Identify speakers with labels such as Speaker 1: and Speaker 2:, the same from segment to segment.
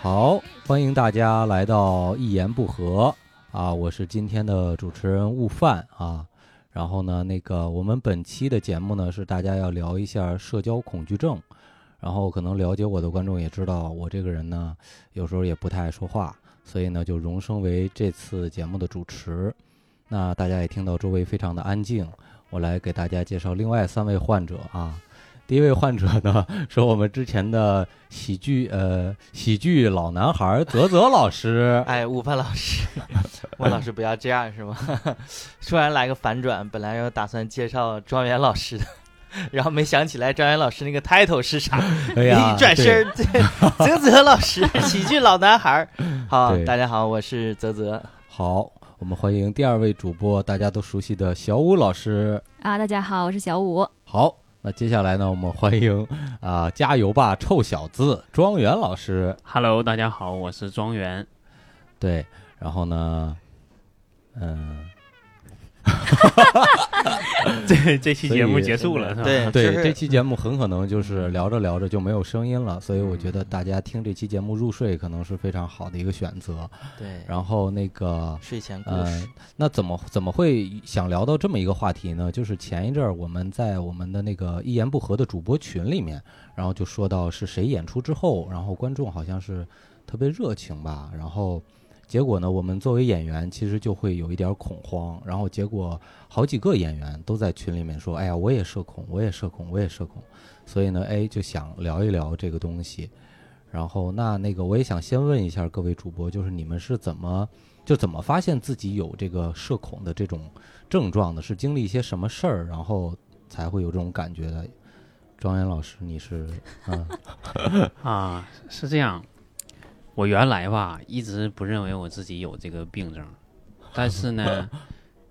Speaker 1: 好，欢迎大家来到一言不合啊，我是今天的主持人悟饭啊。然后呢，那个我们本期的节目呢是大家要聊一下社交恐惧症。然后可能了解我的观众也知道，我这个人呢有时候也不太爱说话，所以呢就荣升为这次节目的主持。那大家也听到周围非常的安静，我来给大家介绍另外三位患者啊。第一位患者呢，是我们之前的喜剧呃喜剧老男孩泽泽老师，
Speaker 2: 哎，悟饭老师，万老师不要这样是吗？ 突然来个反转，本来要打算介绍庄园老师的，然后没想起来庄园老师那个 title 是啥，
Speaker 1: 哎呀，
Speaker 2: 一转身儿，这泽泽老师，喜剧老男孩 儿。好
Speaker 1: 对，
Speaker 2: 大家好，我是泽泽。
Speaker 1: 好，我们欢迎第二位主播，大家都熟悉的小武老师。
Speaker 3: 啊，大家好，我是小五。
Speaker 1: 好，那接下来呢，我们欢迎啊、加油吧，臭小子，庄园老师。
Speaker 4: Hello，大家好，我是庄园。
Speaker 1: 对，然后呢，嗯，
Speaker 4: 这这期节目
Speaker 1: 所以
Speaker 4: 结束了，是吧？
Speaker 2: 对
Speaker 1: 对，
Speaker 2: 就是
Speaker 1: 这期节目很可能就是聊着聊着就没有声音了，所以我觉得大家听这期节目入睡可能是非常好的一个选择。
Speaker 2: 对，
Speaker 1: 然后那个，
Speaker 2: 睡前故
Speaker 1: 呃
Speaker 2: 事，，
Speaker 1: 那怎么怎么会想聊到这么一个话题呢？就是前一阵儿我们在我们的那个一言不合的主播群里面，然后就说到是谁演出之后，然后观众好像是特别热情吧，然后结果呢，我们作为演员其实就会有一点儿恐慌，然后结果好几个演员都在群里面说：“哎呀，我也社恐，我也社恐，我也社恐。”所以呢，哎，就想聊一聊这个东西。然后那那个我也想先问一下各位主播，就是你们是怎么？就怎么发现自己有这个社恐的这种症状的？是经历一些什么事儿，然后才会有这种感觉的？庄园老师，你是 嗯
Speaker 4: 啊，是这样。我原来吧一直不认为我自己有这个病症，但 是呢，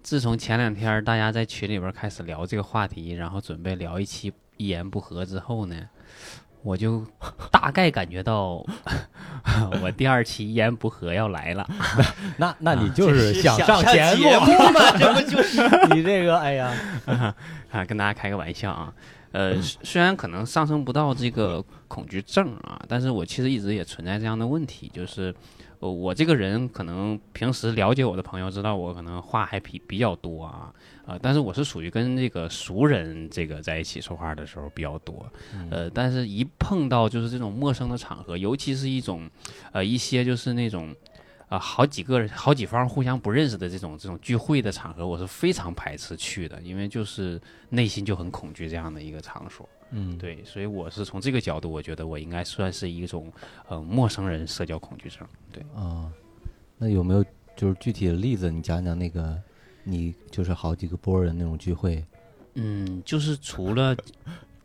Speaker 4: 自从前两天大家在群里边开始聊这个话题，然后准备聊一期一言不合之后呢，我就大概感觉到 我第二期一言不合要来了。
Speaker 1: 那那你啊就是想上
Speaker 2: 节
Speaker 1: 节目，
Speaker 2: 目吗？ 这不就是
Speaker 1: 你这个哎呀，
Speaker 4: 啊，跟大家开个玩笑啊。呃，虽虽然可能上升不到这个恐惧症啊，但是我其实一直也存在这样的问题，就是、呃我这个人可能平时了解我的朋友知道我可能话还比比较多啊，呃，但是我是属于跟这个熟人这个在一起说话的时候比较多，呃，但是一碰到就是这种陌生的场合，尤其是一种呃一些就是那种。啊，好几个人好几方互相不认识的这种这种聚会的场合，我是非常排斥去的，因为就是内心就很恐惧这样的一个场所。
Speaker 1: 嗯，
Speaker 4: 对，所以我是从这个角度，我觉得我应该算是一种呃陌生人社交恐惧症。
Speaker 1: 啊、那有没有就是具体的例子？你讲讲那个，你就是好几个波人那种聚会，
Speaker 4: 嗯，就是除了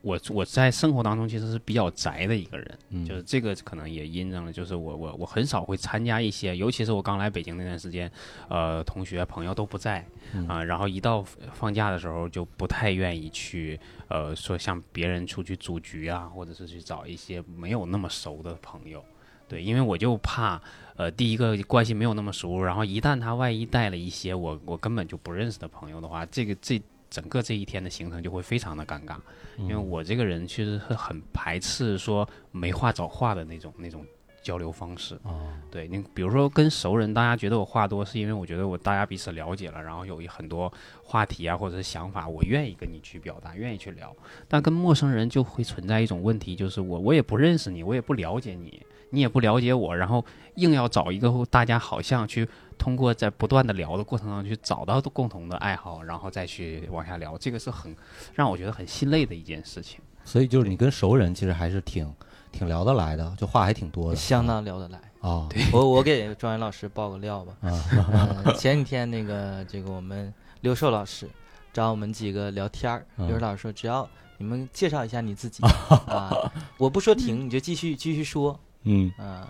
Speaker 4: 我我在生活当中其实是比较宅的一个人，
Speaker 1: 嗯，
Speaker 4: 就是这个可能也印证了，就是我我我很少会参加一些，尤其是我刚来北京那段时间，呃，同学朋友都不在
Speaker 1: 嗯
Speaker 4: 啊、然后一到放假的时候就不太愿意去，呃，说像别人出去组局啊，或者是去找一些没有那么熟的朋友。对，因为我就怕，呃，第一个关系没有那么熟，然后一旦他万一带了一些我我根本就不认识的朋友的话，这个这整个这一天的行程就会非常的尴尬。因
Speaker 1: 嗯
Speaker 4: 为我这个人其实是很排斥说没话找话的那种那种交流方式。
Speaker 1: 啊，
Speaker 4: 对你，比如说跟熟人，大家觉得我话多，是因为我觉得我大家彼此了解了，然后有一很多话题啊或者是想法，我愿意跟你去表达，愿意去聊。但跟陌生人就会存在一种问题，就是我我也不认识你，我也不了解你，你也不了解我，然后硬要找一个大家好像去通过在不断的聊的过程当中去找到共同的爱好，然后再去往下聊，这个是很让我觉得很心累的一件事情。
Speaker 1: 所以就是你跟熟人其实还是挺挺聊得来的，就话还挺多的，
Speaker 2: 相当聊得来。
Speaker 1: 啊，对
Speaker 2: 我我给庄园老师爆个料吧。
Speaker 1: 啊，
Speaker 2: 呃，前几天那个这个我们刘硕老师找我们几个聊天儿，
Speaker 1: 嗯
Speaker 2: 刘硕老师说只要你们介绍一下你 自己啊，我不说停，你就继续继续说
Speaker 1: 嗯，
Speaker 2: 啊。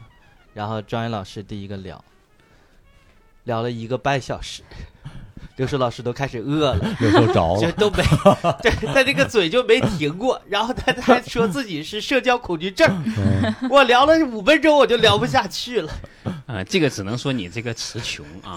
Speaker 2: 然后庄园老师第一个聊，聊了一个半小时， 刘硕老师都开始饿了，
Speaker 1: 有时候 着
Speaker 2: 就
Speaker 1: 了，
Speaker 2: 都没对他这个嘴就没停过，然后他还说自己是社交恐惧症，
Speaker 1: 嗯
Speaker 2: 我聊了五分钟我就聊不下去了，
Speaker 4: 呃，这个只能说你这个词穷 啊。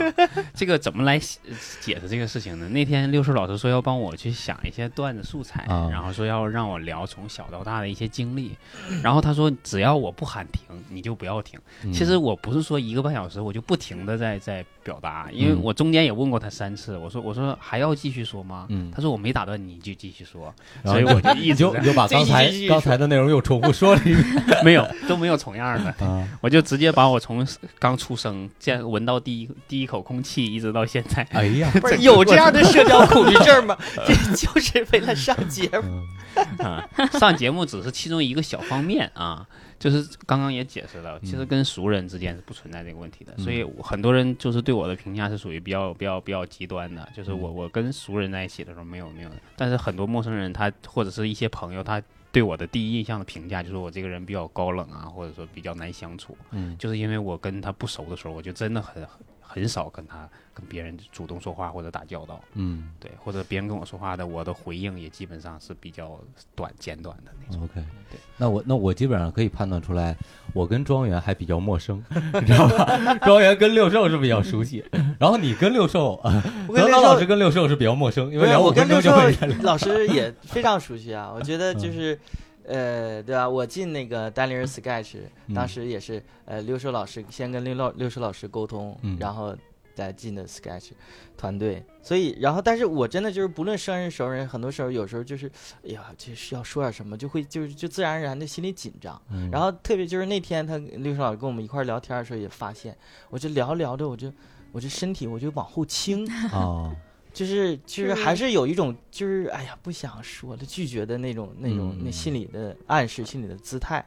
Speaker 4: 这个怎么来解解释这个事情呢？那天六叔老师说要帮我去想一些段子素材，
Speaker 1: 啊
Speaker 4: 然后说要让我聊从小到大的一些经历，然后他说只要我不喊停，你就不要停。
Speaker 1: 嗯
Speaker 4: 其实我不是说一个半小时我就不停的在在表达，因为
Speaker 1: 嗯
Speaker 4: 我中间也问过他三次，我说我说还要继续说吗？
Speaker 1: 嗯
Speaker 4: 他说我没打断你，你就继续说，
Speaker 1: 然
Speaker 4: 所
Speaker 1: 后
Speaker 4: 以我就一
Speaker 1: 啊你
Speaker 4: 直
Speaker 1: 就你就把刚才
Speaker 2: 继续继续
Speaker 1: 刚才的内容又重复说了一遍
Speaker 4: 没有都没有重样的，
Speaker 1: 啊！
Speaker 4: 我就直接把我从刚出生见闻到第一第一口空气一直到现在，
Speaker 1: 哎 呀，
Speaker 2: 不是有这样的社交恐惧症 吗？这就是为了上节目。
Speaker 1: 嗯
Speaker 4: 啊，上节目只是其中一个小方面啊，就是刚刚也解释了，其实跟熟人之间是不存在这个问题的，
Speaker 1: 嗯
Speaker 4: 所以我很多人就是对我的评价是属于比较比较比较极端的，就是
Speaker 1: 嗯
Speaker 4: 我我跟熟人在一起的时候没有没有，但是很多陌生人他或者是一些朋友他。对我的第一印象的评价就是我这个人比较高冷啊，或者说比较难相处，
Speaker 1: 嗯
Speaker 4: 就是因为我跟他不熟的时候，我就真的很很很少跟他跟别人主动说话或者打交道。
Speaker 1: 嗯
Speaker 4: 对，或者别人跟我说话的，我的回应也基本上是比较短、简短的
Speaker 2: 嗯
Speaker 4: 那种。
Speaker 1: ，OK，
Speaker 4: 对
Speaker 1: 那我那我基本上可以判断出来，我跟庄园还比较陌生， 你知道吧？庄园跟六兽是比较熟悉，然后你跟六兽啊，
Speaker 2: 我跟
Speaker 1: 德
Speaker 2: 六
Speaker 1: 刚老
Speaker 2: 兽
Speaker 1: 师，跟六兽是比较陌生，因为
Speaker 2: 不是
Speaker 1: 聊
Speaker 2: 我
Speaker 1: 五
Speaker 2: 跟
Speaker 1: 分
Speaker 2: 六
Speaker 1: 钟
Speaker 2: 兽
Speaker 1: 就会聊
Speaker 2: 老师也非常熟悉啊。我觉得
Speaker 1: 嗯
Speaker 2: 就是，呃，对吧？我进那个单立人 Sketch，当
Speaker 1: 嗯
Speaker 2: 时也是呃，六兽老师先跟六老六兽老师沟通
Speaker 1: 嗯，
Speaker 2: 然后再进的 Sketch 团队。所以，然后，但是我真的就是不论生人熟人，很多时候有时候就是，哎呀，就是要说点什么，就会就是就自然而然的心里紧张。
Speaker 1: 嗯
Speaker 2: 然后特别就是那天他六叔老师跟我们一块儿聊天的时候也发现，我就聊着聊着我就我这身体我就往 后倾，
Speaker 1: 哦，
Speaker 2: 就是就是
Speaker 3: 是
Speaker 2: 还是有一种就是哎呀不想说了拒绝的那种那种
Speaker 1: 嗯
Speaker 2: 那心理的暗示心理的姿态，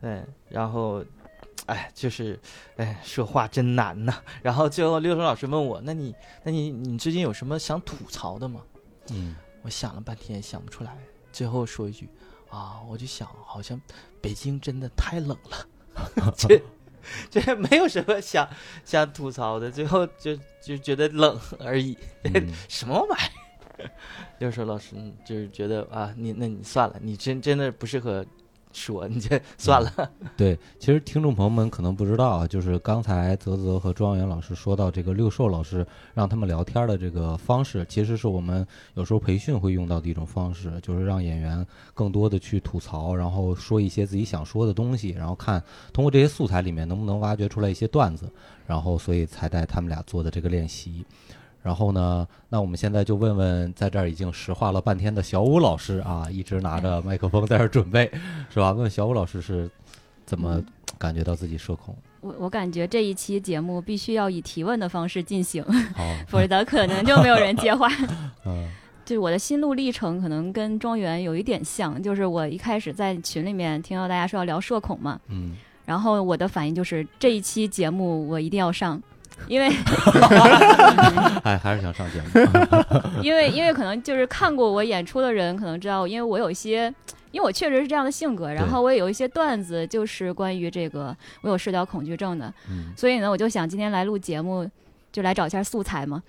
Speaker 2: 对，然后。哎，就是，哎，说话真难呐。然后最后，六叔老师问我：“那你，那你，你最近有什么想吐槽的吗？”
Speaker 1: 嗯
Speaker 2: 我想了半天想不出来，最后说一句啊，我就想好像北京真的太冷了，这这没有什么想想吐槽的，最后就就觉得冷而已，
Speaker 1: 嗯
Speaker 2: 什么玩意儿？ 就是说老师嗯就是觉得啊，你那你算了，你真真的不适合说，你这算了，
Speaker 1: 对，其实听众朋友们可能不知道啊，就是刚才泽泽和庄园老师说到这个六兽老师让他们聊天的这个方式，其实是我们有时候培训会用到的一种方式，就是让演员更多的去吐槽，然后说一些自己想说的东西，然后看通过这些素材里面能不能挖掘出来一些段子，然后所以才带他们俩做的这个练习。然后呢，那我们现在就问问在这儿已经石化了半天的小武老师啊，一直拿着麦克风在这儿准备，是吧？问小武老师是怎么感觉到自己社恐？
Speaker 3: 我我感觉这一期节目必须要以提问的方式进行，
Speaker 1: 哦，
Speaker 3: 否则可能就没有人接话。
Speaker 1: 嗯
Speaker 3: 就是我的心路历程可能跟庄园有一点像，就是我一开始在群里面听到大家说要聊社恐嘛，
Speaker 1: 嗯，
Speaker 3: 然后我的反应就是这一期节目我一定要上，因为
Speaker 1: 还哎还是想上节目。
Speaker 3: 因为因为可能就是看过我演出的人可能知道，因为我有一些，因为我确实是这样的性格，然后我也有一些段子，就是关于这个我有社交恐惧症的，
Speaker 1: 嗯，
Speaker 3: 所以呢，我就想今天来录节目，就来找一下素材嘛。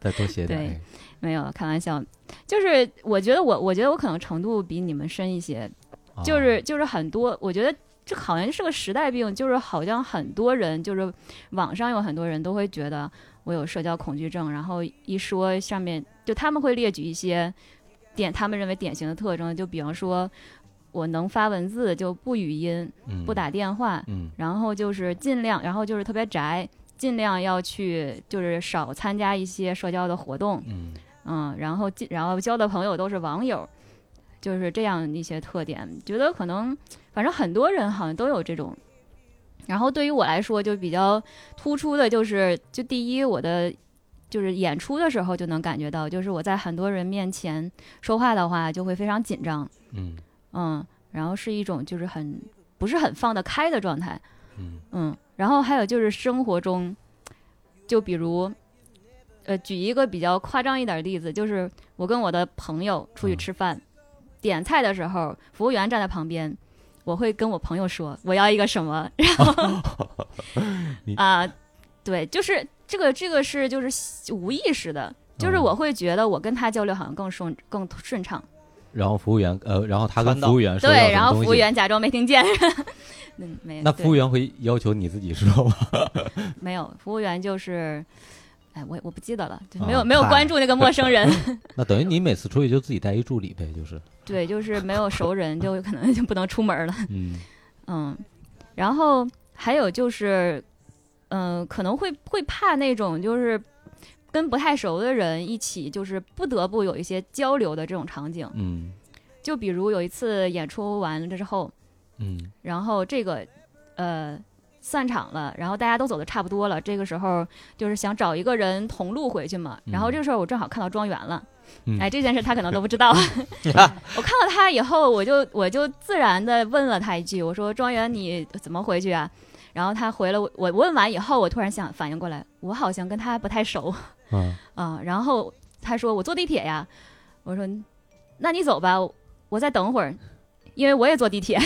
Speaker 1: 再多写点。
Speaker 3: 对
Speaker 1: 哎
Speaker 3: 没有，开玩笑，就是我觉得我我觉得我可能程度比你们深一些，
Speaker 1: 啊
Speaker 3: 就是就是很多，我觉得这好像是个时代病，就是好像很多人就是网上有很多人都会觉得我有社交恐惧症，然后一说上面就他们会列举一些点他们认为典型的特征，就比方说我能发文字就不语音不。打电话，
Speaker 1: 嗯
Speaker 3: 然后就是尽量，然后就是特别宅，尽量要去就是少参加一些社交的活动，
Speaker 1: 嗯嗯
Speaker 3: 嗯，然后进，然后交的朋友都是网友，就是这样一些特点。觉得可能，反正很多人好像都有这种。然后对于我来说，就比较突出的就是，就第一，我的就是演出的时候就能感觉到，就是我在很多人面前说话的话，就会非常紧张，
Speaker 1: 嗯
Speaker 3: 嗯，然后是一种就是很不是很放得开的状态。
Speaker 1: 嗯
Speaker 3: 嗯，然后还有就是生活中，就比如，呃，举一个比较夸张一点的例子，就是我跟我的朋友出去
Speaker 1: 嗯
Speaker 3: 吃饭，点菜的时候，服务员站在旁边，我会跟我朋友说我要一个什么， 然
Speaker 1: 嗯
Speaker 3: 后
Speaker 1: 你
Speaker 3: 啊、对，就是这个这个是就是无意识的，就是
Speaker 1: 嗯
Speaker 3: 我会觉得我跟他交流好像更顺更顺畅，
Speaker 1: 然后服务员呃，然后他跟
Speaker 2: 传导
Speaker 1: 服务员说要
Speaker 3: 对，
Speaker 1: 什
Speaker 3: 然
Speaker 1: 么
Speaker 3: 后
Speaker 1: 东
Speaker 3: 服务
Speaker 1: 西，
Speaker 3: 员假装没听见， 嗯，没
Speaker 1: 那
Speaker 3: 对
Speaker 1: 服务员会要求你自己说吗？
Speaker 3: 没有，服务员就是，哎，我也我不记得了，就是没有、
Speaker 1: 啊
Speaker 3: 没有
Speaker 1: 嗨
Speaker 3: 关注那个陌生人，
Speaker 1: 那等于你每次出去就自己带一助理呗，就是，
Speaker 3: 对，就是没有熟人，就可能就不能出门了，
Speaker 1: 嗯，
Speaker 3: 嗯，然后还有就是，嗯、可能会会怕那种就是跟不太熟的人一起，就是不得不有一些交流的这种场景，
Speaker 1: 嗯
Speaker 3: 就比如有一次演出完了之后，
Speaker 1: 嗯
Speaker 3: 然后这个呃散场了，然后大家都走的差不多了，这个时候就是想找一个人同路回去嘛。
Speaker 1: 嗯
Speaker 3: 然后这个时候我正好看到庄园了，
Speaker 1: 嗯
Speaker 3: 哎，这件事他可能都不知 道。我看到他以后，我就我就自然的问了他一句，我说：“庄园，你怎么回去啊？”然后他回了我，我问完以后，我突然想反应过来，我好像跟他不太熟
Speaker 1: 啊，
Speaker 3: 啊、然后他说：“我坐地铁呀。”我说：“那你走吧，我再等会儿，因为我也坐地铁。”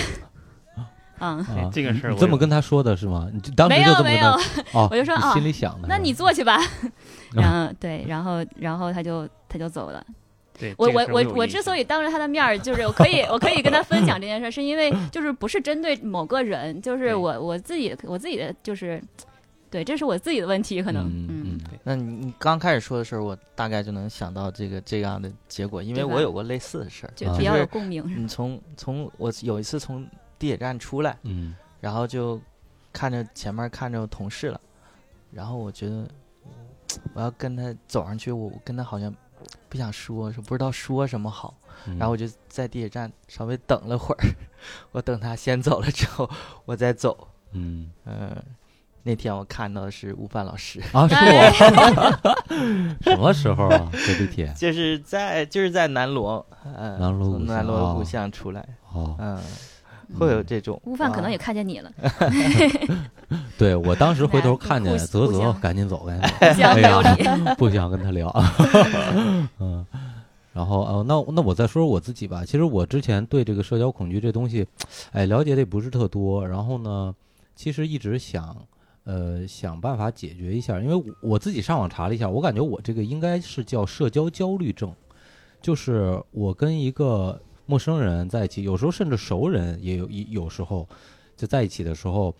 Speaker 3: 嗯，
Speaker 1: 啊
Speaker 4: 这个事儿
Speaker 1: 你
Speaker 4: 我
Speaker 1: 这么
Speaker 4: 有
Speaker 1: 跟他说的是吗？你就当时
Speaker 3: 没
Speaker 1: 就
Speaker 3: 有
Speaker 1: 这么跟
Speaker 3: 没
Speaker 1: 他
Speaker 3: 有，
Speaker 1: 哦，
Speaker 3: 我就说
Speaker 1: 你
Speaker 3: 哦
Speaker 1: 心里想的是吧，
Speaker 3: 那你坐去吧。然
Speaker 1: 啊
Speaker 3: 后对，然后然后他就他就走了。
Speaker 4: 对，
Speaker 3: 我
Speaker 4: 这个
Speaker 3: 我
Speaker 4: 事儿
Speaker 3: 我
Speaker 4: 有啊
Speaker 3: 我
Speaker 4: 印
Speaker 3: 之
Speaker 4: 象
Speaker 3: 所以当着他的面儿，就是我可以我可以跟他分享这件事儿，是因为就是不是针对某个人，就是
Speaker 4: 对
Speaker 3: 我我自己我自己的就是，对，这是我自己的问题，可能
Speaker 1: 嗯
Speaker 3: 嗯
Speaker 1: 嗯
Speaker 2: 那你你刚开始说的时候，我大概就能想到这个这样的结果，因为
Speaker 3: 对吧
Speaker 2: 我有过类似的事 儿。
Speaker 3: 就
Speaker 1: 啊
Speaker 3: 比较
Speaker 2: 就
Speaker 3: 有
Speaker 2: 是
Speaker 3: 共鸣。
Speaker 2: 你从从我有一次从地铁站出来，
Speaker 1: 嗯
Speaker 2: 然后就看着前面看着我同事了，然后我觉得我要跟他走上去，我我跟他好像不想说，是不知道说什么好。
Speaker 1: 嗯，
Speaker 2: 然后我就在地铁站稍微等了会儿， 我等他先走了之后，我再走。
Speaker 1: 嗯
Speaker 2: 嗯、那天我看到的是午饭老师，
Speaker 1: 啊，是我 什么时候啊？坐地铁
Speaker 2: 就是在就是在南锣，嗯，
Speaker 1: 南锣鼓
Speaker 2: 从南
Speaker 1: 巷
Speaker 2: 锣
Speaker 1: 哦
Speaker 2: 鼓巷出来，
Speaker 1: 哦，嗯
Speaker 2: 嗯、会有这种
Speaker 3: 悟饭可能
Speaker 2: 啊
Speaker 3: 也看见你了，
Speaker 1: 对我当时回头看见
Speaker 3: 互
Speaker 1: 啧
Speaker 3: 互
Speaker 1: 啧，
Speaker 3: 相
Speaker 1: 赶紧走，赶紧走。
Speaker 3: 比较
Speaker 1: 哎
Speaker 3: 没有理。
Speaker 1: 呀，不想跟他聊。嗯，然后哦，那那我再说说我自己吧。其实我之前对这个社交恐惧这东西，哎，了解的也不是特多。然后呢，其实一直想。呃，想办法解决一下，因为我我自己上网查了一下，我感觉我这个应该是叫社交焦虑症，就是我跟一个陌生人在一起，有时候甚至熟人也有有有时候就在一起的时候，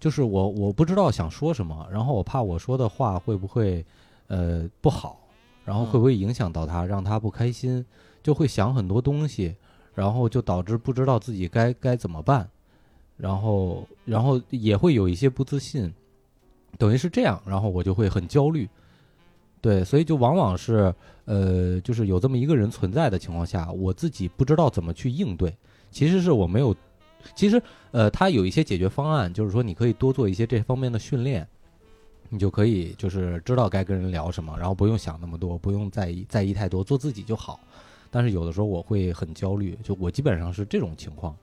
Speaker 1: 就是我我不知道想说什么，然后我怕我说的话会不会呃不好，然后会不会影响到他，让他不开心，就会想很多东西，然后就导致不知道自己该该怎么办，然后然后也会有一些不自信，等于是这样，然后我就会很焦虑，对，所以就往往是呃，就是有这么一个人存在的情况下，我自己不知道怎么去应对，其实是我没有，其实呃，它有一些解决方案，就是说你可以多做一些这方面的训练。你就可以就是知道该跟人聊什么，然后不用想那么多，不用在意在意太多，做自己就好。但是有的时候我会很焦虑，就我基本上是这种情况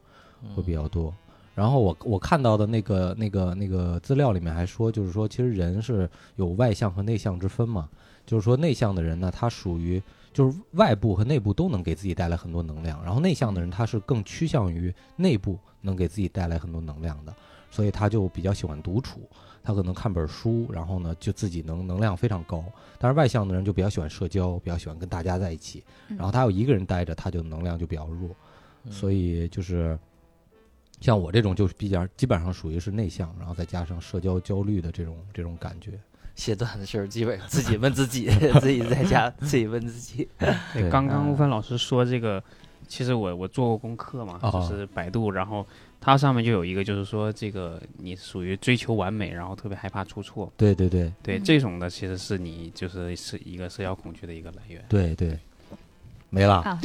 Speaker 1: 会比较多。然后我我看到的那个那个那个资料里面还说，就是说其实人是有外向和内向之分嘛，就是说内向的人呢，他属于就是外部和内部都能给自己带来很多能量，然后内向的人他是更趋向于内部能给自己带来很多能量的，所以他就比较喜欢独处，他可能看本书，然后呢就自己能能量非常高。但是外向的人就比较喜欢社交，比较喜欢跟大家在一起，
Speaker 3: 嗯
Speaker 1: 然后他有一个人待着，他就能量就比较弱，
Speaker 2: 嗯
Speaker 1: 所以就是。像我这种就是比较基本上属于是内向，然后再加上社交焦虑的这种这种感觉，
Speaker 2: 写段子时候，基本上自己问自己， 自己在家自己问自己。
Speaker 1: 对
Speaker 4: 对，刚刚
Speaker 2: 嗯
Speaker 4: 吴凡老师说这个，其实我我做过功课嘛，
Speaker 1: 哦
Speaker 4: 就是百度，然后它上面就有一个，就是说这个你属于追求完美，然后特别害怕出错，
Speaker 1: 对对对
Speaker 4: 对、
Speaker 3: 嗯
Speaker 4: 这种的其实是你就是是一个社交恐惧的一个来源。
Speaker 1: 对对，没了。
Speaker 3: 啊，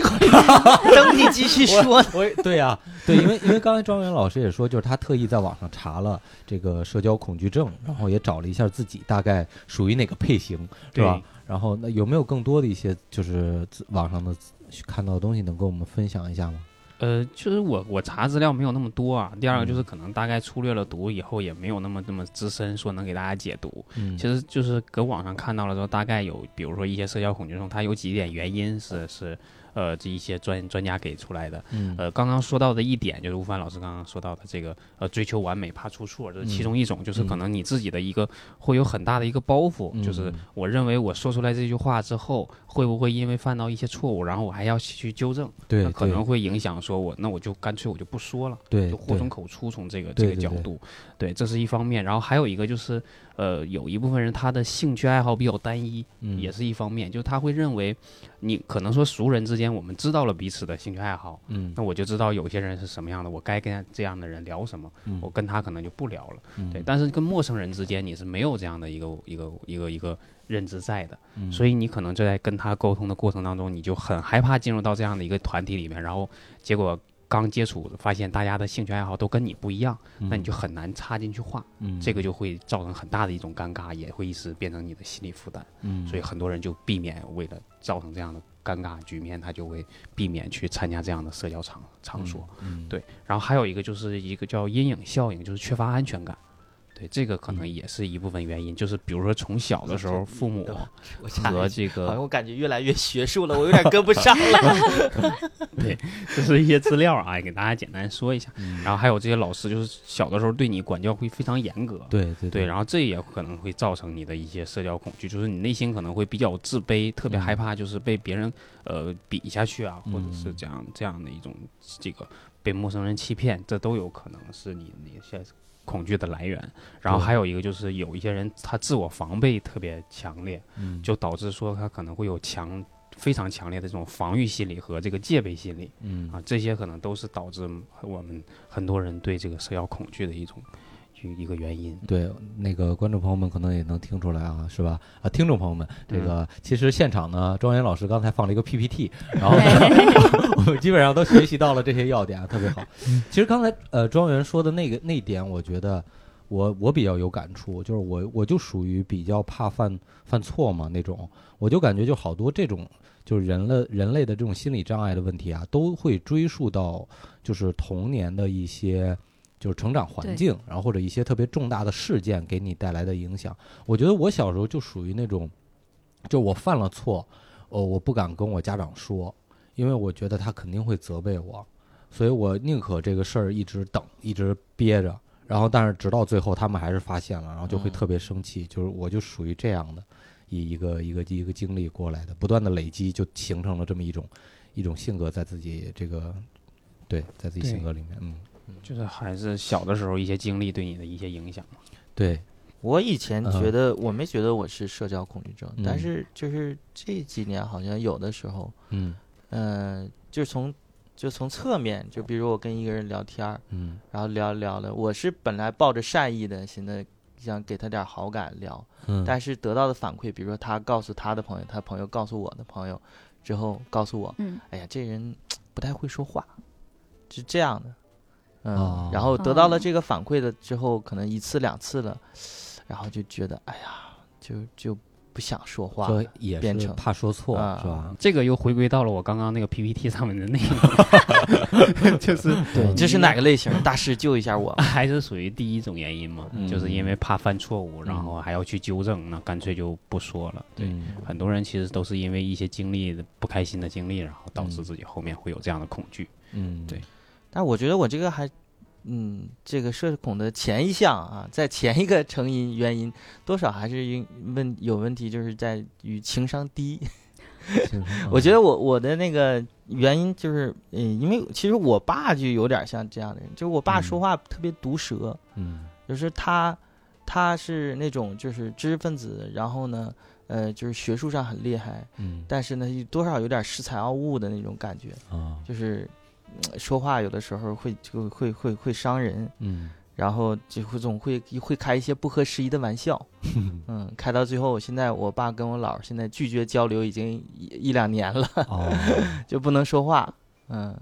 Speaker 2: 等你继续说呢，
Speaker 1: 我也对呀、啊对，因为因为刚才庄园老师也说，就是他特意在网上查了这个社交恐惧症，然后也找了一下自己大概属于哪个类型，是
Speaker 4: 对
Speaker 1: 吧？然后那有没有更多的一些就是自网上的自看到的东西能跟我们分享一下吗？
Speaker 4: 呃，就是我我查资料没有那么多啊。第二个
Speaker 1: 嗯
Speaker 4: 就是可能大概粗略了读以后，也没有那么那么资深，说能给大家解读。
Speaker 1: 嗯
Speaker 4: 其实就是搁网上看到了之后，大概有，比如说一些社交恐惧症，它有几点原因是是呃这一些专专家给出来的。
Speaker 1: 嗯
Speaker 4: 呃，刚刚说到的一点就是吴凡老师刚刚说到的这个呃追求完美怕出错，这是
Speaker 1: 嗯
Speaker 4: 其中一种，就是可能你自己的一个会有很大的一个包袱，
Speaker 1: 嗯
Speaker 4: 就是我认为我说出来这句话之后，会不会因为犯到一些错误，然后我还要去纠正，
Speaker 1: 对
Speaker 4: 那可能会影响说我那我就干脆我就不说了。
Speaker 1: 对
Speaker 4: 就祸从
Speaker 1: 对
Speaker 4: 口出，从这个
Speaker 1: 对
Speaker 4: 这个
Speaker 1: 对
Speaker 4: 角
Speaker 1: 对
Speaker 4: 度，对，这是一方面。然后还有一个就是，呃，有一部分人他的兴趣爱好比较单一，
Speaker 1: 嗯
Speaker 4: 也是一方面，就是他会认为你可能说熟人之间我们知道了彼此的兴趣爱好，
Speaker 1: 嗯
Speaker 4: 那我就知道有些人是什么样的，我该跟这样的人聊什么，
Speaker 1: 嗯
Speaker 4: 我跟他可能就不聊了，对。但是跟陌生人之间你是没有这样的一个一个一个一个认知在的，
Speaker 1: 嗯
Speaker 4: 所以你可能就在跟他沟通的过程当中，你就很害怕进入到这样的一个团体里面，然后结果刚接触发现大家的兴趣爱好都跟你不一样，那你就很难插进去话，
Speaker 1: 嗯
Speaker 4: 这个就会造成很大的一种尴尬，也会一直变成你的心理负担。
Speaker 1: 嗯
Speaker 4: 所以很多人就避免为了造成这样的尴尬局面，他就会避免去参加这样的社交场场所。
Speaker 1: 嗯
Speaker 4: 对，然后还有一个就是一个叫阴影效应，就是缺乏安全感。对，这个可能也是一部分原因，就是比如说从小的时 候，父母
Speaker 2: 嗯对吧我插
Speaker 4: 和
Speaker 2: 一句
Speaker 4: 这
Speaker 2: 好像
Speaker 4: 个，
Speaker 2: 我感觉越来越学术了，我有点跟不上了。
Speaker 4: 这是一些资料啊，也 给大家简单说一下。
Speaker 2: 嗯
Speaker 4: 然后还有这些老师，就是小的时候对你管教会非常严格，
Speaker 1: 对对
Speaker 4: 对，然后这也可能会造成你的一些社交恐惧，就是你内心可能会比较自卑，特别
Speaker 1: 嗯
Speaker 4: 害怕就是被别人呃比下去啊，或者
Speaker 1: 嗯
Speaker 4: 是这样这样的一种这个被陌生人欺骗，这都有可能是你你现在恐惧的来源。然后
Speaker 1: 对
Speaker 4: 还有一个就是有一些人他自我防备特别强烈，
Speaker 1: 嗯
Speaker 4: 就导致说他可能会有强非常强烈的这种防御心理和这个戒备心理。
Speaker 1: 嗯
Speaker 4: 啊，这些可能都是导致我们很多人对这个社交恐惧的一种一一个原因。
Speaker 1: 对，那个观众朋友们可能也能听出来啊，是吧？啊，听众朋友们，这个其实现场呢，庄园老师刚才放了一个 PPT，然后 呢我们基本上都学习到了这些要点啊，特别好。其实刚才呃，庄园说的那个那一点，我觉得我我比较有感触，就是我我就属于比较怕犯犯错嘛那种，我就感觉就好多这种就是人类人类的这种心理障碍的问题啊，都会追溯到就是童年的一些就是成长环
Speaker 3: 对
Speaker 1: 境，然后或者一些特别重大的事件给你带来的影响。我觉得我小时候就属于那种，就我犯了错，哦，我不敢跟我家长说，因为我觉得他肯定会责备我，所以我宁可这个事儿一直等，一直憋着。然后，但是直到最后，他们还是发现了，然后就会
Speaker 2: 嗯
Speaker 1: 特别生气。就是我就属于这样的，一一个一个一个经历过来的，不断的累积，就形成了这么一种一种性格，在自己这个对，在自己性
Speaker 4: 对
Speaker 1: 格里面，嗯，
Speaker 4: 就是还是小的时候一些经历对你的一些影响嘛。
Speaker 1: 对，
Speaker 2: 我以前
Speaker 1: 嗯
Speaker 2: 觉得我没觉得我是社交恐惧症，
Speaker 1: 嗯
Speaker 2: 但是就是这几年好像有的时候，
Speaker 1: 嗯
Speaker 2: 嗯、就从就从侧面，就比如我跟一个人聊天儿，
Speaker 1: 嗯
Speaker 2: 然后聊聊了，我是本来抱着善意的，现在想给他点好感聊，
Speaker 1: 嗯，
Speaker 2: 但是得到的反馈，比如说他告诉他的朋友，他朋友告诉我的朋友，之后告诉我，
Speaker 3: 嗯，
Speaker 2: 哎呀，这人不太会说话，是这样的，嗯，
Speaker 1: 哦
Speaker 2: 然后得到
Speaker 3: 哦
Speaker 2: 了这个反馈了之后，可能一次两次了，然后就觉得，哎呀，就就不想说话了
Speaker 1: 说，也
Speaker 2: 变
Speaker 1: 是
Speaker 2: 成
Speaker 1: 怕说错
Speaker 2: 啊
Speaker 1: 是吧？
Speaker 4: 这个又回归到了我刚刚那个 PPT 上面的内容， 就是
Speaker 2: 对，
Speaker 4: 你，
Speaker 2: 这是哪个类型？大师救一下我
Speaker 4: 还是属于第一种原因嘛，就是因为怕犯错误，然后还要去纠正，那干脆就不说了。对，
Speaker 1: 嗯
Speaker 4: 很多人其实都是因为一些经历的不开心的经历，然后导致自己后面会有这样的恐惧。
Speaker 1: 嗯，
Speaker 4: 对
Speaker 2: 但我觉得我这个还。嗯，这个社恐的前一项啊，在前一个成因原因，多少还是因问有问题，就是在于情商低。
Speaker 1: 情商
Speaker 2: 我觉得我我的那个原因就是，嗯，因为其实我爸就有点像这样的人，就是我爸
Speaker 1: 嗯
Speaker 2: 说话特别毒舌，
Speaker 1: 嗯
Speaker 2: 就是他他是那种就是知识分子，然后呢，呃，就是学术上很厉害，
Speaker 1: 嗯
Speaker 2: 但是呢，多少有点恃才傲物的那种感觉，
Speaker 1: 啊
Speaker 2: 就是嗯说话有的时候会就会会会伤人，
Speaker 1: 嗯
Speaker 2: 然后就会总会会开一些不合时宜的玩笑，嗯，开到最后，现在我爸跟我姥儿现在拒绝交流已经一一两年了。
Speaker 1: 哦
Speaker 2: 就不能说话，嗯，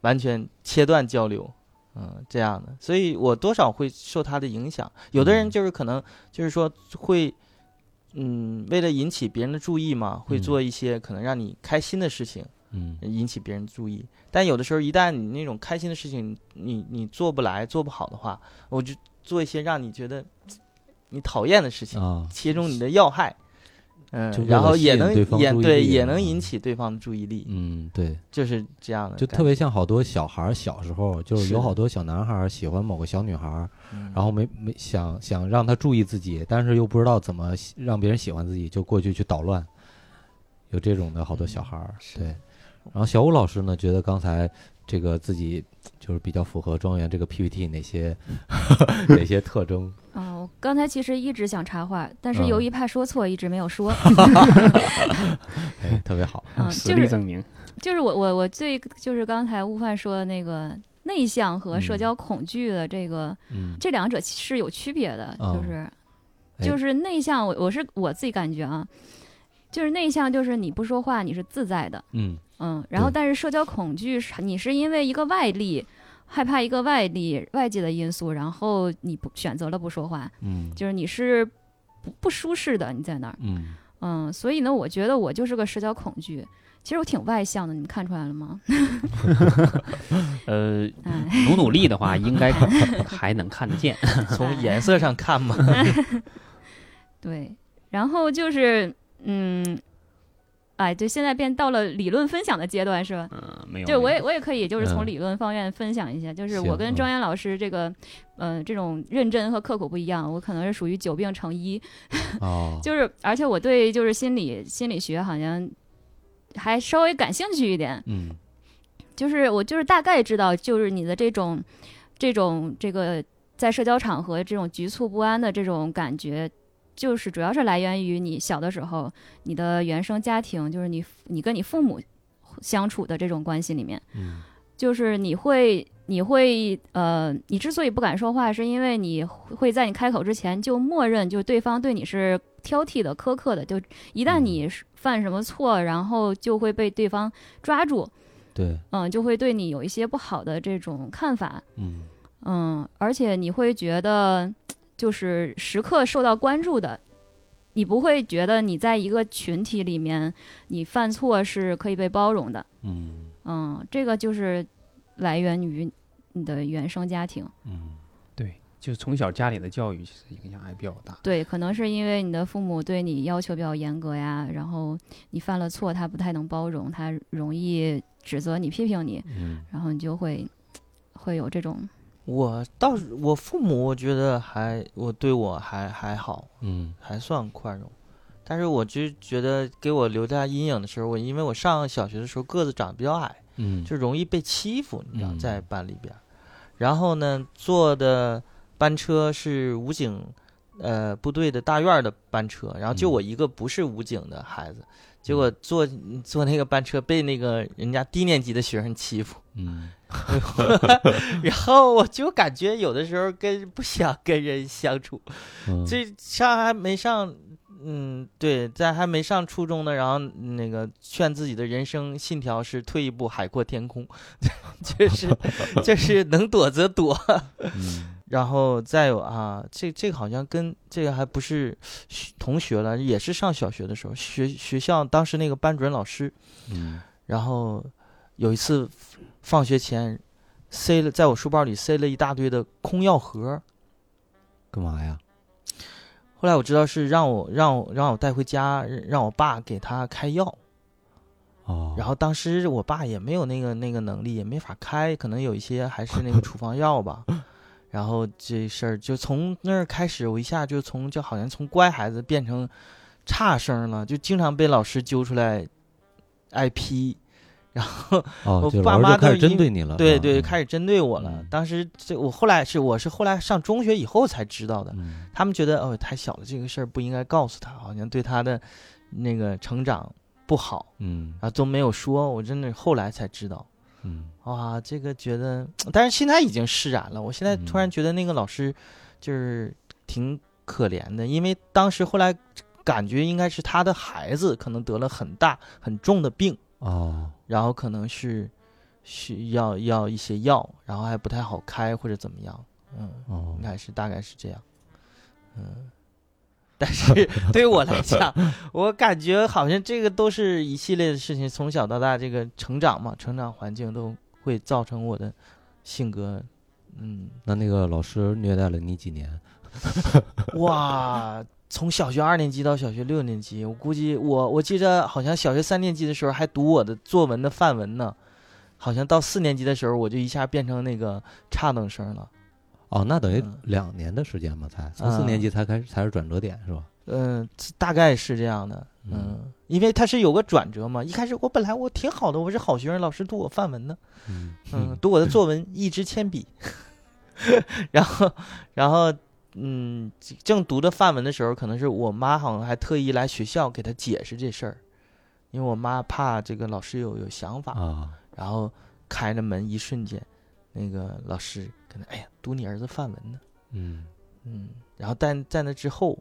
Speaker 2: 完全切断交流，嗯，这样的，所以我多少会受他的影响。有的人
Speaker 1: 嗯
Speaker 2: 就是可能就是说会，嗯，为了引起别人的注意嘛，会
Speaker 1: 嗯
Speaker 2: 做一些可能让你开心的事情，
Speaker 1: 嗯
Speaker 2: 引起别人注意。但有的时候，一旦你那种开心的事情，你你做不来、做不好的话，我就做一些让你觉得你讨厌的事情，
Speaker 1: 啊
Speaker 2: 切中你的要害，嗯
Speaker 1: 就，为
Speaker 2: 然
Speaker 1: 了
Speaker 2: 后
Speaker 1: 吸
Speaker 2: 也
Speaker 1: 引
Speaker 2: 能
Speaker 1: 对方
Speaker 2: 也
Speaker 1: 注意
Speaker 2: 对
Speaker 1: 力
Speaker 2: 也
Speaker 1: 嗯
Speaker 2: 能引起对方的注意力，
Speaker 1: 嗯，对，
Speaker 2: 就是这样的感
Speaker 1: 就
Speaker 2: 觉，
Speaker 1: 特别像好多小孩儿小时候，就是
Speaker 2: 是
Speaker 1: 有
Speaker 2: 的
Speaker 1: 好多小男孩儿喜欢某个小女孩儿，
Speaker 2: 嗯，
Speaker 1: 然后没没想想让她注意自己，但是又不知道怎么喜让别人喜欢自己，就过去去捣乱，有这种的好多小孩儿。
Speaker 2: 嗯是
Speaker 1: 对，然后小武老师呢，觉得刚才这个自己就是比较符合庄园这个 PPT 哪 些哪些特征？
Speaker 3: 嗯，我刚才其实一直想插话，但是
Speaker 1: 嗯
Speaker 3: 由于怕说错，一直没 有说。
Speaker 1: 哎，特别 好。
Speaker 3: 嗯，
Speaker 4: 实
Speaker 3: 就
Speaker 4: 力
Speaker 3: 是
Speaker 4: 证明。
Speaker 3: 就是我我我最就是刚才悟饭说的那个内向和社交恐惧的这个、
Speaker 1: 嗯，
Speaker 3: 这两者是有区别的，
Speaker 1: 哦
Speaker 3: 就是、
Speaker 1: 哎
Speaker 3: 就是内向，我我是我自己感觉啊，就是内向就是你不说话你是自在的，
Speaker 1: 嗯
Speaker 3: 嗯，然后
Speaker 1: 对
Speaker 3: 但是社交恐惧是你是因为一个外力。害怕一个外力、外界的因素，然后你不选择了不说话，
Speaker 1: 嗯
Speaker 3: 就是你是不不舒适的，你在那儿，
Speaker 1: 嗯，
Speaker 3: 嗯，所以呢，我觉得我就是个社交恐惧。其实我挺外向的，你们看出来了吗？
Speaker 4: 呃，
Speaker 3: 哎，
Speaker 4: 努努力的话，应该还能看得 见。
Speaker 2: 从颜色上看嘛，
Speaker 3: 对，然后就是，嗯，哎，对，现在变到了理论分享的阶段，是吧？
Speaker 4: 嗯，没有。
Speaker 3: 对，我也我也可以，就是从
Speaker 1: 嗯
Speaker 3: 理论方面分享一下，就是
Speaker 1: 行
Speaker 3: 我跟
Speaker 1: 嗯
Speaker 3: 庄岩老师这个，呃，这种认真和刻苦不一样，我可能是属于久病成医，
Speaker 1: 哦，
Speaker 3: 就是而且我对就是心理心理学好像还稍微感兴趣一点，
Speaker 1: 嗯
Speaker 3: 就是我就是大概知道，就是你的这种这种这个在社交场合这种局促不安的这种感觉。就是主要是来源于你小的时候，你的原生家庭，就是你你跟你父母相处的这种关系里面，
Speaker 1: 嗯
Speaker 3: 就是你会你会呃，你之所以不敢说话，是因为你会在你开口之前就默认就对方对你是挑剔的、苛刻的，就一旦
Speaker 1: 嗯
Speaker 3: 你犯什么错，然后就会被对方抓住，
Speaker 1: 对，
Speaker 3: 嗯，就会对你有一些不好的这种看法，
Speaker 1: 嗯
Speaker 3: 嗯，而且你会觉得就是时刻受到关注的，你不会觉得你在一个群体里面你犯错是可以被包容的，
Speaker 1: 嗯
Speaker 3: 嗯，这个就是来源于你的原生家庭，
Speaker 1: 嗯
Speaker 4: 对，就是从小家里的教育其实影响还比较大。
Speaker 3: 对，可能是因为你的父母对你要求比较严格呀，然后你犯了错，他不太能包容，他容易指责你、批评你，
Speaker 1: 嗯
Speaker 3: 然后你就会会有这种，
Speaker 2: 我倒是我父母，我觉得还我对我还还好，
Speaker 1: 嗯
Speaker 2: 还算宽容。但是我就觉得给我留下阴影的时候，我因为我上小学的时候个子长得比较矮，
Speaker 1: 嗯，
Speaker 2: 就容易被欺负，你知道，
Speaker 1: 嗯
Speaker 2: 在班里边儿。然后呢，坐的班车是武警，呃，部队的大院儿的班车，然后就
Speaker 1: 嗯
Speaker 2: 我一个不是武警的孩子，结果坐 坐那个班车被那个人家低年级的学生欺负，
Speaker 1: 嗯
Speaker 2: 然后我就感觉有的时候跟不想跟人相处，
Speaker 1: 嗯
Speaker 2: 这上还没上，嗯，对，在还没上初中呢，然后那个劝自己的人生信条是退一步海阔天空， 就是就是能躲则躲。
Speaker 1: 嗯
Speaker 2: 然后再有啊，这这个好像跟这个还不是学同学了，也是上小学的时候，学学校当时那个班主任老师，
Speaker 1: 嗯
Speaker 2: 然后有一次放学前塞了在我书包里塞了一大堆的空药盒，
Speaker 1: 干嘛呀？
Speaker 2: 后来我知道是让我让我让我带回家，让我爸给他开药。
Speaker 1: 哦，
Speaker 2: 然后当时我爸也没有那个那个能力，也没法开，可能有一些还是那个处方药吧。然后这事儿就从那儿开始，我一下就从就好像从乖孩子变成差生了，就经常被老师揪出来挨批。然后
Speaker 1: 哦，
Speaker 2: 我
Speaker 1: 就老
Speaker 2: 爸
Speaker 1: 师
Speaker 2: 妈
Speaker 1: 就开
Speaker 2: 都
Speaker 1: 始
Speaker 2: 已
Speaker 1: 针
Speaker 2: 经
Speaker 1: 对你了，嗯
Speaker 2: 对对，
Speaker 1: 始，
Speaker 2: 开始针对我了
Speaker 1: 嗯。
Speaker 2: 当时这我后来是我是后来上中学以后才知道的，
Speaker 1: 嗯
Speaker 2: 他们觉得哦太小了，这个事儿不应该告诉他，好像对他的那个成长不好，
Speaker 1: 嗯
Speaker 2: 然后都没有说。我真的后来才知道，
Speaker 1: 嗯
Speaker 2: 哇，这个觉得，但是现在已经释然了。我现在
Speaker 1: 嗯
Speaker 2: 突然觉得那个老师就是挺可怜的，因为当时后来感觉应该是他的孩子可能得了很大很重的病，
Speaker 1: 哦，
Speaker 2: 然后可能是需要要一些药，然后还不太好开或者怎么样，嗯。
Speaker 1: 哦
Speaker 2: 应，该是大概是这样，嗯。但是对我来讲，我感觉好像这个都是一系列的事情，从小到大这个成长嘛，成长环境都会造成我的性格。嗯，
Speaker 1: 那那个老师虐待了你几年？
Speaker 2: 哇，从小学二年级到小学六年级，我估计我我记着好像小学三年级的时候还读我的作文的范文呢，好像到四年级的时候我就一下变成那个差等生了。
Speaker 1: 哦，那等于
Speaker 2: 嗯
Speaker 1: 两年的时间嘛，才从四
Speaker 2: 嗯
Speaker 1: 年级才开始才是转折点是吧？
Speaker 2: 嗯、大概是这样的，
Speaker 1: 嗯
Speaker 2: 嗯，因为它是有个转折嘛。一开始我本来我挺好的，我是好学生，老师读我范文呢，
Speaker 1: 嗯
Speaker 2: 嗯，读我的作文一支铅笔， 然后，然后，嗯，正读着范文的时候，可能是我妈好像还特意来学校给他解释这事儿，因为我妈怕这个老师有有想法，
Speaker 1: 啊，
Speaker 2: 然后开着门一瞬间，那个老师跟他，哎呀，读你儿子范文呢，
Speaker 1: 嗯
Speaker 2: 嗯，然后但在那之后，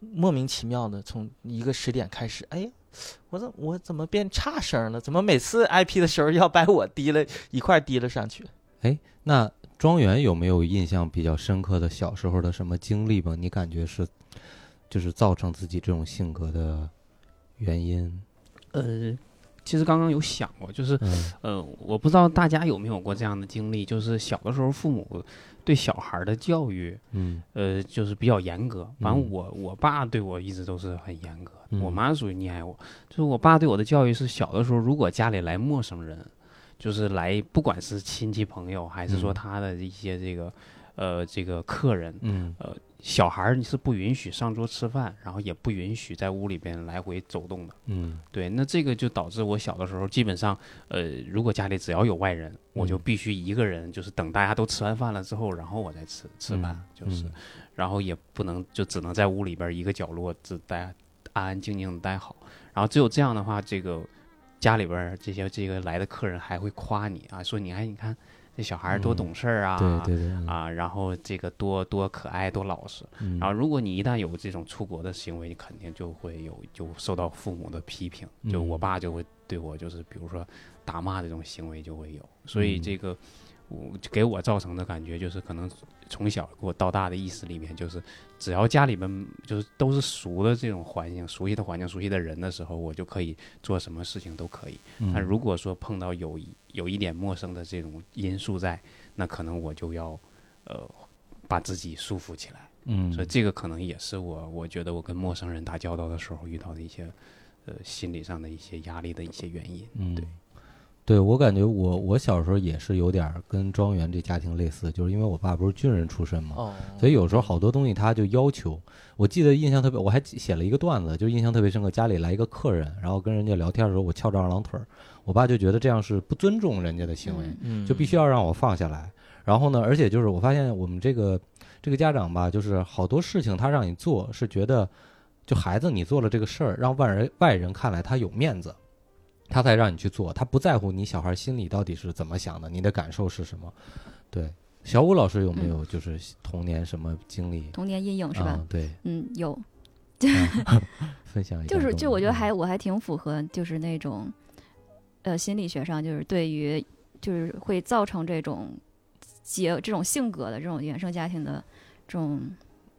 Speaker 2: 莫名其妙的从一个十点开始，哎呀，我怎我怎么变差生了？怎么每次 IP 的时候要把我提了一块儿提了上去？
Speaker 1: 那庄园有没有印象比较深刻的小时候的什么经历吗？你感觉是就是造成自己这种性格的原因？
Speaker 4: 呃，其实刚刚有想过，就是
Speaker 1: 嗯
Speaker 4: 呃，我不知道大家有没有过这样的经历，就是小的时候父母对小孩儿的教育，
Speaker 1: 嗯
Speaker 4: 呃，就是比较严格。反
Speaker 1: 嗯
Speaker 4: 正我我爸对我一直都是很严格，
Speaker 1: 嗯
Speaker 4: 我妈属于溺爱我。就是我爸对我的教育是，小的时候如果家里来陌生人，就是来不管是亲戚朋友，还是说
Speaker 1: 嗯
Speaker 4: 他的一些这个、呃这个客人，
Speaker 1: 嗯
Speaker 4: 小孩儿你是不允许上桌吃饭，然后也不允许在屋里边来回走动的。
Speaker 1: 嗯
Speaker 4: 对，那这个就导致我小的时候基本上，呃，如果家里只要有外人，我就
Speaker 1: 嗯
Speaker 4: 必须一个人，就是等大家都吃完饭了之后，然后我再吃吃饭，
Speaker 1: 嗯
Speaker 4: 就是，然后也不能就只能在屋里边一个角落只待安安静静的待好，然后只有这样的话，这个家里边儿这些这个来的客人还会夸你啊，说你哎你看这小孩儿多
Speaker 1: 嗯
Speaker 4: 懂事儿啊，
Speaker 1: 对对对，
Speaker 4: 啊，然后这个多多可爱多老实，
Speaker 1: 嗯
Speaker 4: 然后，如果你一旦有这种出国的行为，你肯定就会有就受到父母的批评。就
Speaker 1: 嗯
Speaker 4: 我爸就会对我就是比如说打骂这种行为就会有，所以
Speaker 1: 嗯
Speaker 4: 这个我给我造成的感觉就是可能从小给我到大的意识里面就是，只要家里边就是都是熟的这种环境、熟悉的环境、熟悉的人的时候，我就可以做什么事情都可以。但
Speaker 1: 嗯
Speaker 4: 如果说碰到有一有一点陌生的这种因素在，那可能我就要呃把自己束缚起来。
Speaker 1: 嗯，
Speaker 4: 所以这个可能也是我我觉得我跟陌生人打交道的时候遇到的一些呃心理上的一些压力的一些原因。
Speaker 1: 嗯
Speaker 4: 对，
Speaker 1: 对我感觉我我小时候也是有点儿跟庄园这家庭类似，就是因为我爸不是军人出身嘛，
Speaker 2: 哦，
Speaker 1: 所以有时候好多东西他就要求。我记得印象特别，我还写了一个段子，就印象特别深刻。家里来一个客人，然后跟人家聊天的时候，我翘着二郎腿儿，我爸就觉得这样是不尊重人家的行为，
Speaker 3: 嗯
Speaker 2: 嗯，
Speaker 1: 就必须要让我放下来。然后呢，而且就是我发现我们这个这个家长吧，就是好多事情他让你做，是觉得就孩子你做了这个事儿，让外人外人看来他有面子，他才让你去做，他不在乎你小孩心里到底是怎么想的，你的感受是什么。对，小武老师有没有就是童年什么经历？
Speaker 3: 童年阴影是吧？
Speaker 1: 嗯、 对，啊嗯
Speaker 3: 嗯，有，
Speaker 1: 分享一下。
Speaker 3: 就是就我觉得还我还挺符合就是那种，呃，心理学上就是对于就是会造成这种结这种性格的这种原生家庭的这种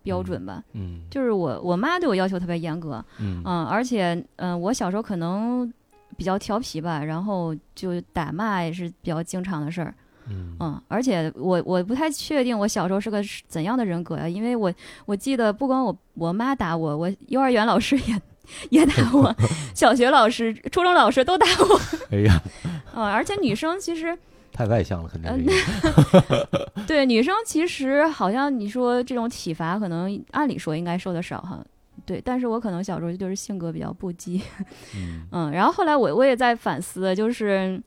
Speaker 3: 标准吧。
Speaker 1: 嗯
Speaker 3: 就是我我妈对我要求特别严格，
Speaker 1: 嗯
Speaker 3: 嗯，而且嗯、呃我小时候可能比较调皮吧，然后就打骂也是比较经常的事儿。
Speaker 1: 嗯
Speaker 3: 嗯，而且我我不太确定我小时候是个是怎样的人格呀、因为我我记得不光我我妈打我，我幼儿园老师也也打我， 小学老师、初中老师都打我。
Speaker 1: 哎呀，
Speaker 3: 嗯，而且女生其实
Speaker 1: 太外向了，肯定是一个。
Speaker 3: 对女生其实好像你说这种体罚，可能按理说应该受的少哈。对，但是我可能小时候就是性格比较不羁，
Speaker 1: 嗯
Speaker 3: 嗯，然后后来我我也在反思，就是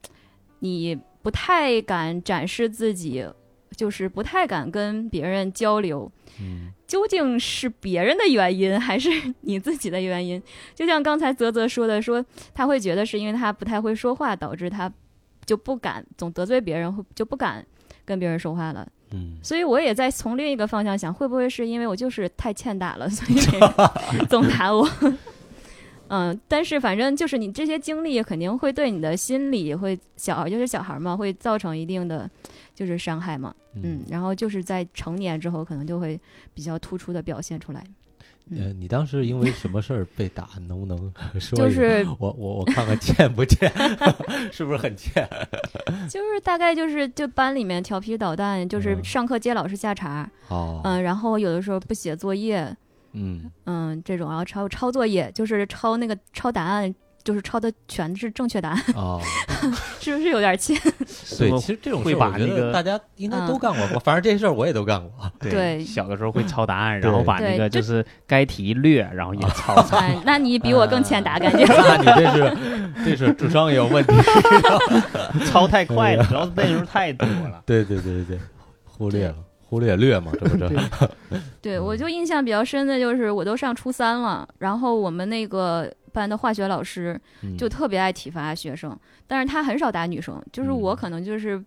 Speaker 3: 你不太敢展示自己，就是不太敢跟别人交流，
Speaker 1: 嗯
Speaker 3: 究竟是别人的原因还是 你自己的原因？就像刚才泽泽说的，说他会觉得是因为他不太会说话，导致他就不敢总得罪别人，会就不敢跟别人说话了。
Speaker 1: 嗯
Speaker 3: 所以我也在从另一个方向想，会不会是因为我就是太欠打了，所 以别人总打我？ 嗯，但是反正就是你这些经历肯定会对你的心理会小，就是小孩嘛，会造成一定的就是伤害嘛。嗯，然后就是在成年之后，可能就会比较突出的表现出来。嗯
Speaker 1: 呃，你当时因为什么事儿被打？ 能不能说一说？
Speaker 3: 就是
Speaker 1: 我我我看看欠不欠， 是不是很欠？
Speaker 3: 就是大概就是就班里面调皮捣蛋，就是
Speaker 1: 嗯
Speaker 3: 上课接老师下茬，
Speaker 1: 哦，
Speaker 3: 嗯，然后有的时候不写作业，
Speaker 1: 嗯
Speaker 3: 嗯，这种，然后抄抄作业，就是抄那个抄答案，就是抄的全是正确答案，
Speaker 1: 哦，
Speaker 3: 是不是有点欠？
Speaker 1: 对，
Speaker 4: 我
Speaker 1: 其实这种
Speaker 4: 会
Speaker 1: 事儿
Speaker 4: 把
Speaker 1: 我觉
Speaker 4: 那
Speaker 1: 得
Speaker 4: 个
Speaker 1: 大家应该都
Speaker 3: 嗯
Speaker 1: 干过，我反正这些事儿我也都干过。
Speaker 3: 对
Speaker 4: 小的时候会抄答 案，
Speaker 1: 对
Speaker 4: 然后把
Speaker 3: 对
Speaker 4: 那个
Speaker 3: 这
Speaker 4: 就是该题略，然后也抄。
Speaker 3: 哎，那你比我更欠打，感觉。
Speaker 1: 那你这是这是智商也有问题。
Speaker 4: 抄太快了，主要是那时候太多了。
Speaker 1: 对对对对对，忽略了忽略略嘛，这不这
Speaker 3: 对，我就印象比较深的就是，我都上初三了，然后我们那个班的化学老师
Speaker 1: 嗯
Speaker 3: 就特别爱体罚学生，但是他很少打女生，就是我可能就是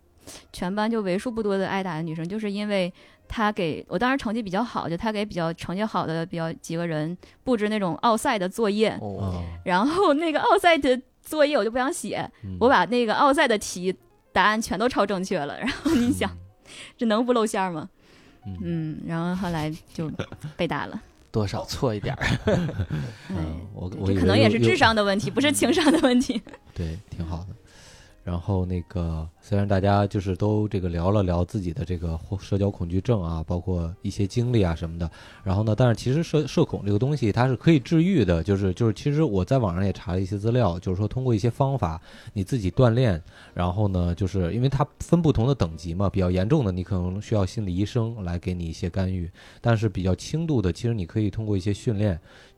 Speaker 3: 全班就为数不多的挨打的女生，就是因为他给我当时成绩比较好，就他给比较成绩好的比较几个人布置那种奥赛的作业，
Speaker 2: 哦，
Speaker 1: 哦
Speaker 3: 然后那个奥赛的作业我就不想写，
Speaker 1: 嗯
Speaker 3: 我把那个奥赛的题答案全都抄正确了，然后你想，这能不露馅儿吗？
Speaker 1: 嗯嗯
Speaker 3: 嗯，然后后来就被 打了。
Speaker 2: 多少错一点儿，
Speaker 3: 哎
Speaker 1: 嗯，我
Speaker 3: 对
Speaker 1: 我
Speaker 3: 这
Speaker 1: 以
Speaker 3: 可
Speaker 1: 为
Speaker 3: 能也
Speaker 1: 又
Speaker 3: 是
Speaker 1: 又
Speaker 3: 智商的问题，不是情商的问题。
Speaker 1: 对，挺好的。然后那个，虽然大家就是都这个聊了聊自己的这个或社交恐惧症啊，包括一些经历啊什么的。然后呢，但是其实社社恐这个东西它是可以治愈的，就是就是其实我在网上也查了一些资料，就是说通过一些方法，你自己锻炼，然后呢，就是因为它分不同的等级嘛，比较严重的你可能需要心理医生来给你一些干预，但是比较轻度的，其实你可以通过一些训练，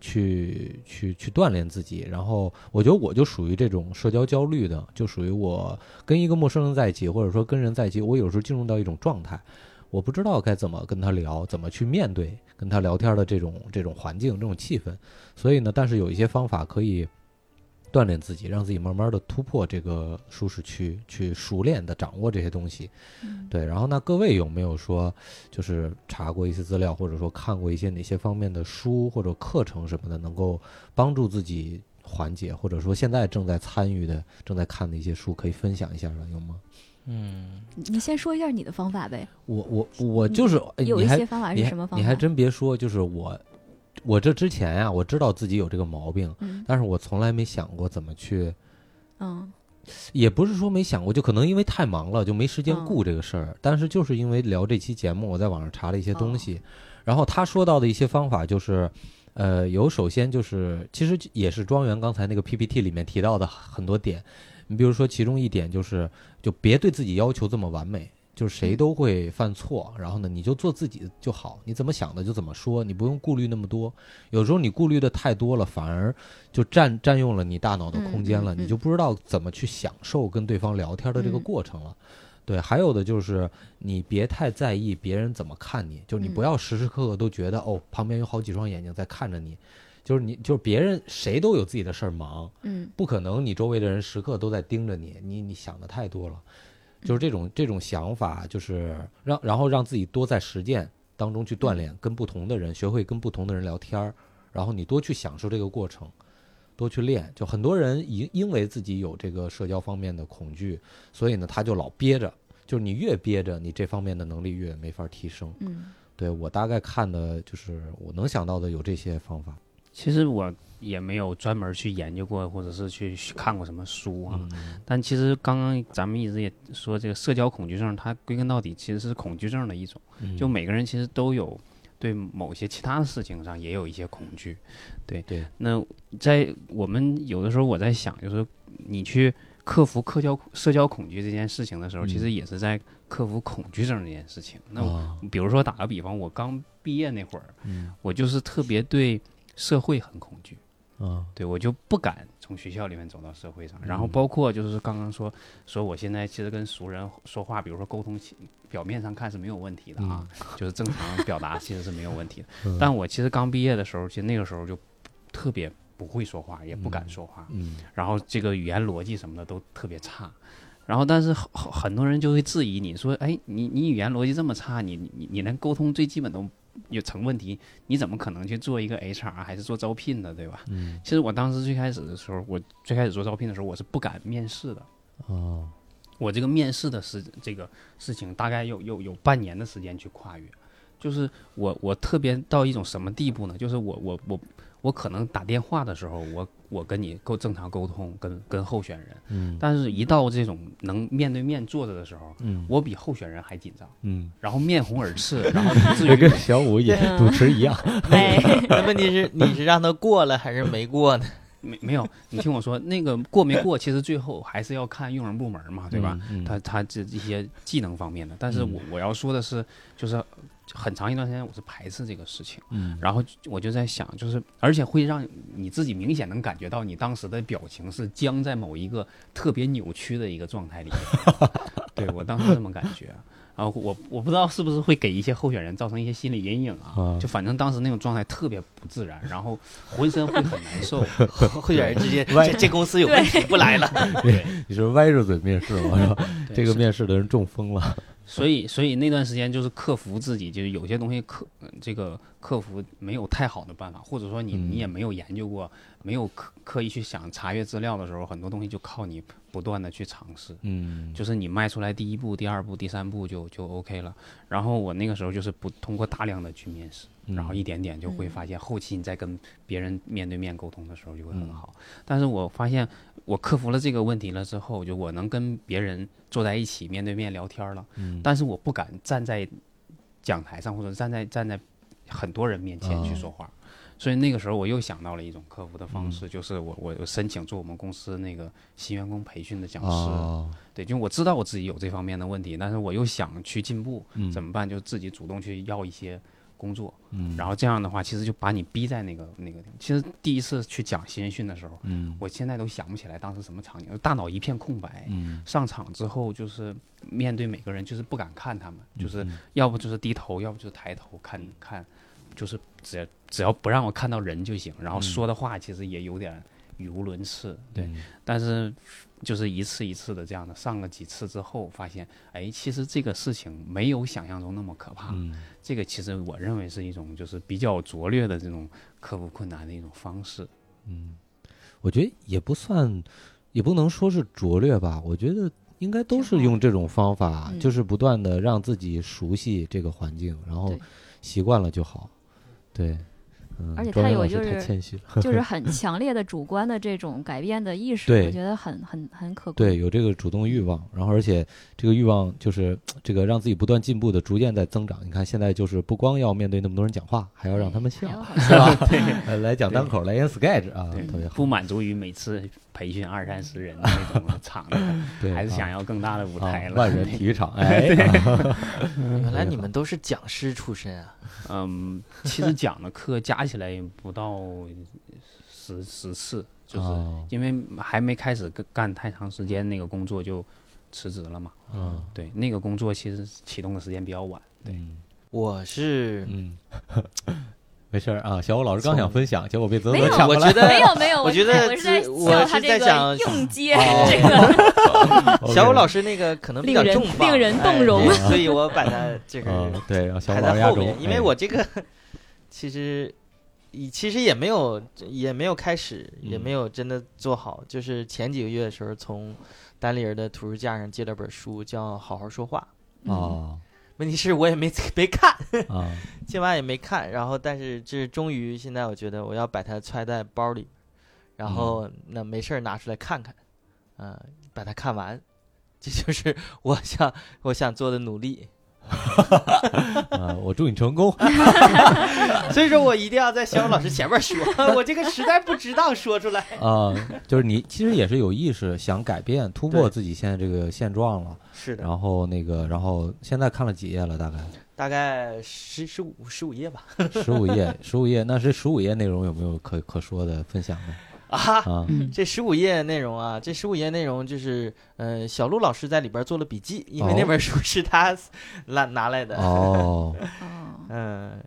Speaker 1: 去去去锻炼自己。然后我觉得我就属于这种社交焦虑的，就属于我跟一个陌生人在一起，或者说跟人在一起，我有时候进入到一种状态，我不知道该怎么跟他聊，怎么去面对跟他聊天的这种这种环境、这种气氛。所以呢，但是有一些方法可以。锻炼自己，让自己慢慢的突破这个舒适区，去熟练的掌握这些东西。对，然后那各位有没有说，就是查过一些资料，或者说看过一些哪些方面的书或者课程什么的，能够帮助自己缓解，或者说现在正在参与的、正在看的一些书，可以分享一下的，有吗？
Speaker 2: 嗯，
Speaker 3: 你你先说一下你的方法呗，
Speaker 1: 我我我就是，哎
Speaker 3: 有
Speaker 1: 你
Speaker 3: 一
Speaker 1: 还
Speaker 3: 些方法
Speaker 1: 你
Speaker 3: 是
Speaker 1: 还
Speaker 3: 什么方法？
Speaker 1: 你还真别说，就是我，我这之前呀、我知道自己有这个毛病，
Speaker 3: 嗯
Speaker 1: 但是我从来没想过怎么去，
Speaker 3: 嗯
Speaker 1: 也不是说没想过，就可能因为太忙了，就没时间
Speaker 3: 嗯
Speaker 1: 顾这个事儿。但是就是因为聊这期节目，我在网上查了一些东
Speaker 3: 哦
Speaker 1: 西，然后他说到的一些方法就是，呃，有首先就是其实也是庄园刚才那个 PPT 里面提到的很多点，你比如说其中一点就是，就别对自己要求这么完美。就是谁
Speaker 3: 嗯
Speaker 1: 都会犯错，然后呢，你就做自己就好，你怎么想的就怎么说，你不用顾虑那么多。有时候你顾虑的太多了，反而就占占用了你大脑的空间了，
Speaker 3: 嗯嗯
Speaker 1: 你就不知道怎么去享受跟对方聊天的这个
Speaker 3: 嗯
Speaker 1: 过程了。对，还有的就是你别太在意别人怎么看你，就你不
Speaker 3: 嗯
Speaker 1: 要时时刻刻都觉得、哦，旁边有好几双眼睛在看着你，就是你就是别人谁都有自己的事儿忙，
Speaker 3: 嗯
Speaker 1: 不可能，你周围的人时刻都在盯着你，你你想的太多了，就是这种这种想法，就是让然后让自己多在实践当中去锻炼，跟不同的人学会跟不同的人聊天儿，然后你多去享受这个过程，多去练。就很多人因因为自己有这个社交方面的恐惧，所以呢他就老憋着，就是你越憋着，你这方面的能力越没法提升。
Speaker 3: 嗯
Speaker 1: 对我大概看的就是我能想到的有这些方法。
Speaker 4: 其实我也没有专门去研究过，或者是去看过什么书啊。但其实刚刚咱们一直也说，这个社交恐惧症，它归根到底其实是恐惧症的一种。
Speaker 1: 嗯
Speaker 4: 就每个人其实都有对某些其他的事情上也有一些恐惧，对
Speaker 1: 对。
Speaker 4: 那在我们有的时候我在想，就是你去克服社交社交恐惧这件事情的时候，
Speaker 1: 嗯
Speaker 4: 其实也是在克服恐惧症这件事情。那我
Speaker 1: 啊
Speaker 4: 比如说打个比方，我刚毕业那会儿，
Speaker 1: 嗯
Speaker 4: 我就是特别对社会很恐惧，
Speaker 1: 啊
Speaker 4: 对我就不敢从学校里面走到社会上。然后
Speaker 1: 嗯
Speaker 4: 包括就是刚刚说说我现在其实跟熟人说话，比如说沟通起，表面上看是没有问题的啊，就是正常表达其实是没有问题的。
Speaker 1: 嗯
Speaker 4: 但我其实刚毕业的时候，其实那个时候就特别不会说话，也不敢说话，
Speaker 1: 嗯
Speaker 4: 然后这个语言逻辑什么的都特别差。然后，但是很很很多人就会质疑你说：“哎，你你语言逻辑这么差，你你你你连沟通最基本都有成问题，你怎么可能去做一个 HR 还是做招聘的，对吧？”
Speaker 1: 嗯
Speaker 4: 其实我当时最开始的时候，我最开始做招聘的时候，我是不敢面试的。
Speaker 1: 哦。
Speaker 4: 我这个面试的事，这个事情大概有有有半年的时间去跨越，就是我我特别到一种什么地步呢？就是我我我我可能打电话的时候，我我跟你够正常沟通，跟跟候选人，
Speaker 1: 嗯
Speaker 4: 但是一到这种能面对面坐着的时候，
Speaker 1: 嗯
Speaker 4: 我比候选人还紧张，
Speaker 1: 嗯，
Speaker 4: 然后面红耳赤，然后以至于
Speaker 1: 跟小五也
Speaker 3: 对
Speaker 1: 主持一样，
Speaker 3: 哎，
Speaker 2: 那问题是你是让他过了还是没过呢？
Speaker 4: 没没有， 你听我说，那个过没过，其实最后还是要看用人部门嘛，对吧？
Speaker 1: 嗯？嗯嗯
Speaker 4: 他他这一些技能方面的，但是我我要说的是，就是很长一段时间我是排斥这个事情，
Speaker 1: 嗯
Speaker 4: 然后我就在想，就是而且会让你自己明显能感觉到你当时的表情是僵在某一个特别扭曲的一个状态里面， 对我当时这么感觉。然后我我不知道是不是会给一些候选人造成一些心理阴影啊
Speaker 1: 啊，
Speaker 4: 就反正当时那种状态特别不自然，然后浑身会很 难受，
Speaker 2: 会员直接
Speaker 1: 歪
Speaker 2: 这这公司有问题，不来了。
Speaker 1: 你是歪着嘴面试吗？嗯是吧
Speaker 4: 对
Speaker 1: 这个面试的人中风了，
Speaker 4: 所以，所以那段时间就是克服自己，就是有些东西克呃这个克服没有太好的办法，或者说你
Speaker 1: 嗯
Speaker 4: 你也没有研究过，没有刻刻意去想查阅资料的时候，很多东西就靠你不断的去尝试，
Speaker 1: 嗯
Speaker 4: 就是你迈出来第一步、第二步、第三步就就 OK 了。然后我那个时候就是不通过大量的去面试，
Speaker 1: 嗯
Speaker 4: 然后一点点就会
Speaker 3: 嗯
Speaker 4: 发现，后期你再跟别人面对面沟通的时候就会
Speaker 1: 嗯
Speaker 4: 很好。但是我发现我克服了这个问题了之后，就我能跟别人坐在一起面对面聊天了。
Speaker 1: 嗯
Speaker 4: 但是我不敢站在讲台上，或者站在站在很多人面前
Speaker 1: 嗯
Speaker 4: 去说话，所以那个时候我又想到了一种克服的方式，就是我我我申请做我们公司那个新员工培训的讲师，
Speaker 1: 哦，
Speaker 4: 对，就我知道我自己有这方面的问题，但是我又想去进步，
Speaker 1: 嗯
Speaker 4: 怎么办？就自己主动去要一些工作，
Speaker 1: 嗯
Speaker 4: 然后这样的话，其实就把你逼在那个那个地方。其实第一次去讲新人训的时候，
Speaker 1: 嗯
Speaker 4: 我现在都想不起来当时什么场景，大脑一片空白，
Speaker 1: 嗯
Speaker 4: 上场之后就是面对每个人，就是不敢看他们，
Speaker 1: 嗯
Speaker 4: 就是要不就是低头，要不就是抬头看看，就是只要只要不让我看到人就行。然后说的话其实也有点语无伦次，对。
Speaker 1: 嗯
Speaker 4: 但是就是一次一次的这样的上了几次之后，发现哎，其实这个事情没有想象中那么可怕。
Speaker 1: 嗯
Speaker 4: 这个其实我认为是一种就是比较拙劣的这种克服困难的一种方式。
Speaker 1: 嗯，我觉得也不算，也不能说是拙劣吧。我觉得应该都是用这种方法，
Speaker 3: 嗯
Speaker 1: 就是不断的让自己熟悉这个环境，然后
Speaker 3: 对
Speaker 1: 习惯了就好。对，嗯，
Speaker 3: 而且
Speaker 1: 庄
Speaker 3: 他
Speaker 1: 园
Speaker 3: 有
Speaker 1: 老师
Speaker 3: 就是
Speaker 1: 太谦虚了。
Speaker 3: 就是很强烈的主观的这种改变的意识，
Speaker 1: 对
Speaker 3: 我觉得很很很可贵。
Speaker 1: 对，有这个主动欲望，然后而且这个欲望就是这个让自己不断进步的，逐渐在增长。你看现在就是不光要面对那么多人讲话，还要让他们 笑
Speaker 3: 还，要好嗯
Speaker 1: 是吧？
Speaker 4: 对
Speaker 1: 呃来讲单口，来演 sketch 啊，
Speaker 4: 对
Speaker 1: 特别，好
Speaker 4: 不。满足于每次培训二三十人的 那种场子，
Speaker 1: 对，
Speaker 4: 还是
Speaker 1: 啊
Speaker 4: 想要更大的舞
Speaker 1: 啊
Speaker 4: 台了。
Speaker 1: 万人体育场，哎，啊
Speaker 2: 原来你们都是讲师出身啊，
Speaker 4: 嗯，其实讲的课加起来也不到十十次，就是
Speaker 1: 哦
Speaker 4: 因为还没开始干干太长时间那个工作就辞职了嘛。
Speaker 1: 嗯，
Speaker 4: 对，那个工作其实启动的时间比较晚。
Speaker 1: 对，
Speaker 2: 我是
Speaker 1: 嗯，没事儿啊。小武老师刚想分享，结果被泽泽
Speaker 3: 没有
Speaker 1: 抢过
Speaker 2: 我
Speaker 1: 来
Speaker 2: 觉
Speaker 1: 了。
Speaker 2: 得
Speaker 3: 没有没有，
Speaker 2: 我觉
Speaker 3: 是
Speaker 2: 得
Speaker 3: 我是在
Speaker 2: 这我
Speaker 3: 笑他
Speaker 2: 是在
Speaker 3: 这个
Speaker 2: 想
Speaker 3: 应接
Speaker 2: 哦
Speaker 3: 这个，
Speaker 1: 嗯
Speaker 2: 小武老
Speaker 1: 师，
Speaker 2: 师那个可能比
Speaker 3: 令
Speaker 2: 较
Speaker 3: 人
Speaker 2: 重磅，
Speaker 3: 令人动容
Speaker 2: 哎对所以我把它这
Speaker 1: 嗯
Speaker 2: 个，
Speaker 1: 对，让小
Speaker 2: 排
Speaker 1: 武老师
Speaker 2: 在
Speaker 1: 压
Speaker 2: 后
Speaker 1: 轴
Speaker 2: 面，，因为
Speaker 1: 哎
Speaker 2: 我这个其实以其实也没有也没有开始，也
Speaker 1: 嗯
Speaker 2: 没有真的做好，就是前几个月的时候从单立人的图书架上借了本书，叫《好好说话》。
Speaker 1: 哦
Speaker 2: 问题是我也没 没看，
Speaker 1: 啊，
Speaker 2: 今晚也没看，然后但是这终于现在我觉得我要把它揣在包里，然
Speaker 1: 嗯
Speaker 2: 后那没事儿拿出来看看，嗯、把它看完，这就是我想我想做的努力。
Speaker 1: 啊我祝你成功。
Speaker 2: 所以说我一定要在小武老师前面说， 我这个实在不值当说出来。
Speaker 1: 啊、就是你其实也是有意识想改变、突破自己现在这个现状了。
Speaker 2: 是的，
Speaker 1: 然后那个，然后现在看了几页了？ 大概
Speaker 2: 大概十十五十五页吧。
Speaker 1: 十五页，十五页。那这十五页内容有没有可可说的、分享的
Speaker 2: 啊，
Speaker 1: 啊？
Speaker 3: 嗯
Speaker 2: 这十五页内容啊，这十五页内容就是，呃，小鹿老师在里边做了笔记，因为
Speaker 1: 哦
Speaker 2: 那本书是他拿拿来的。
Speaker 1: 哦，
Speaker 3: 哦
Speaker 2: 嗯，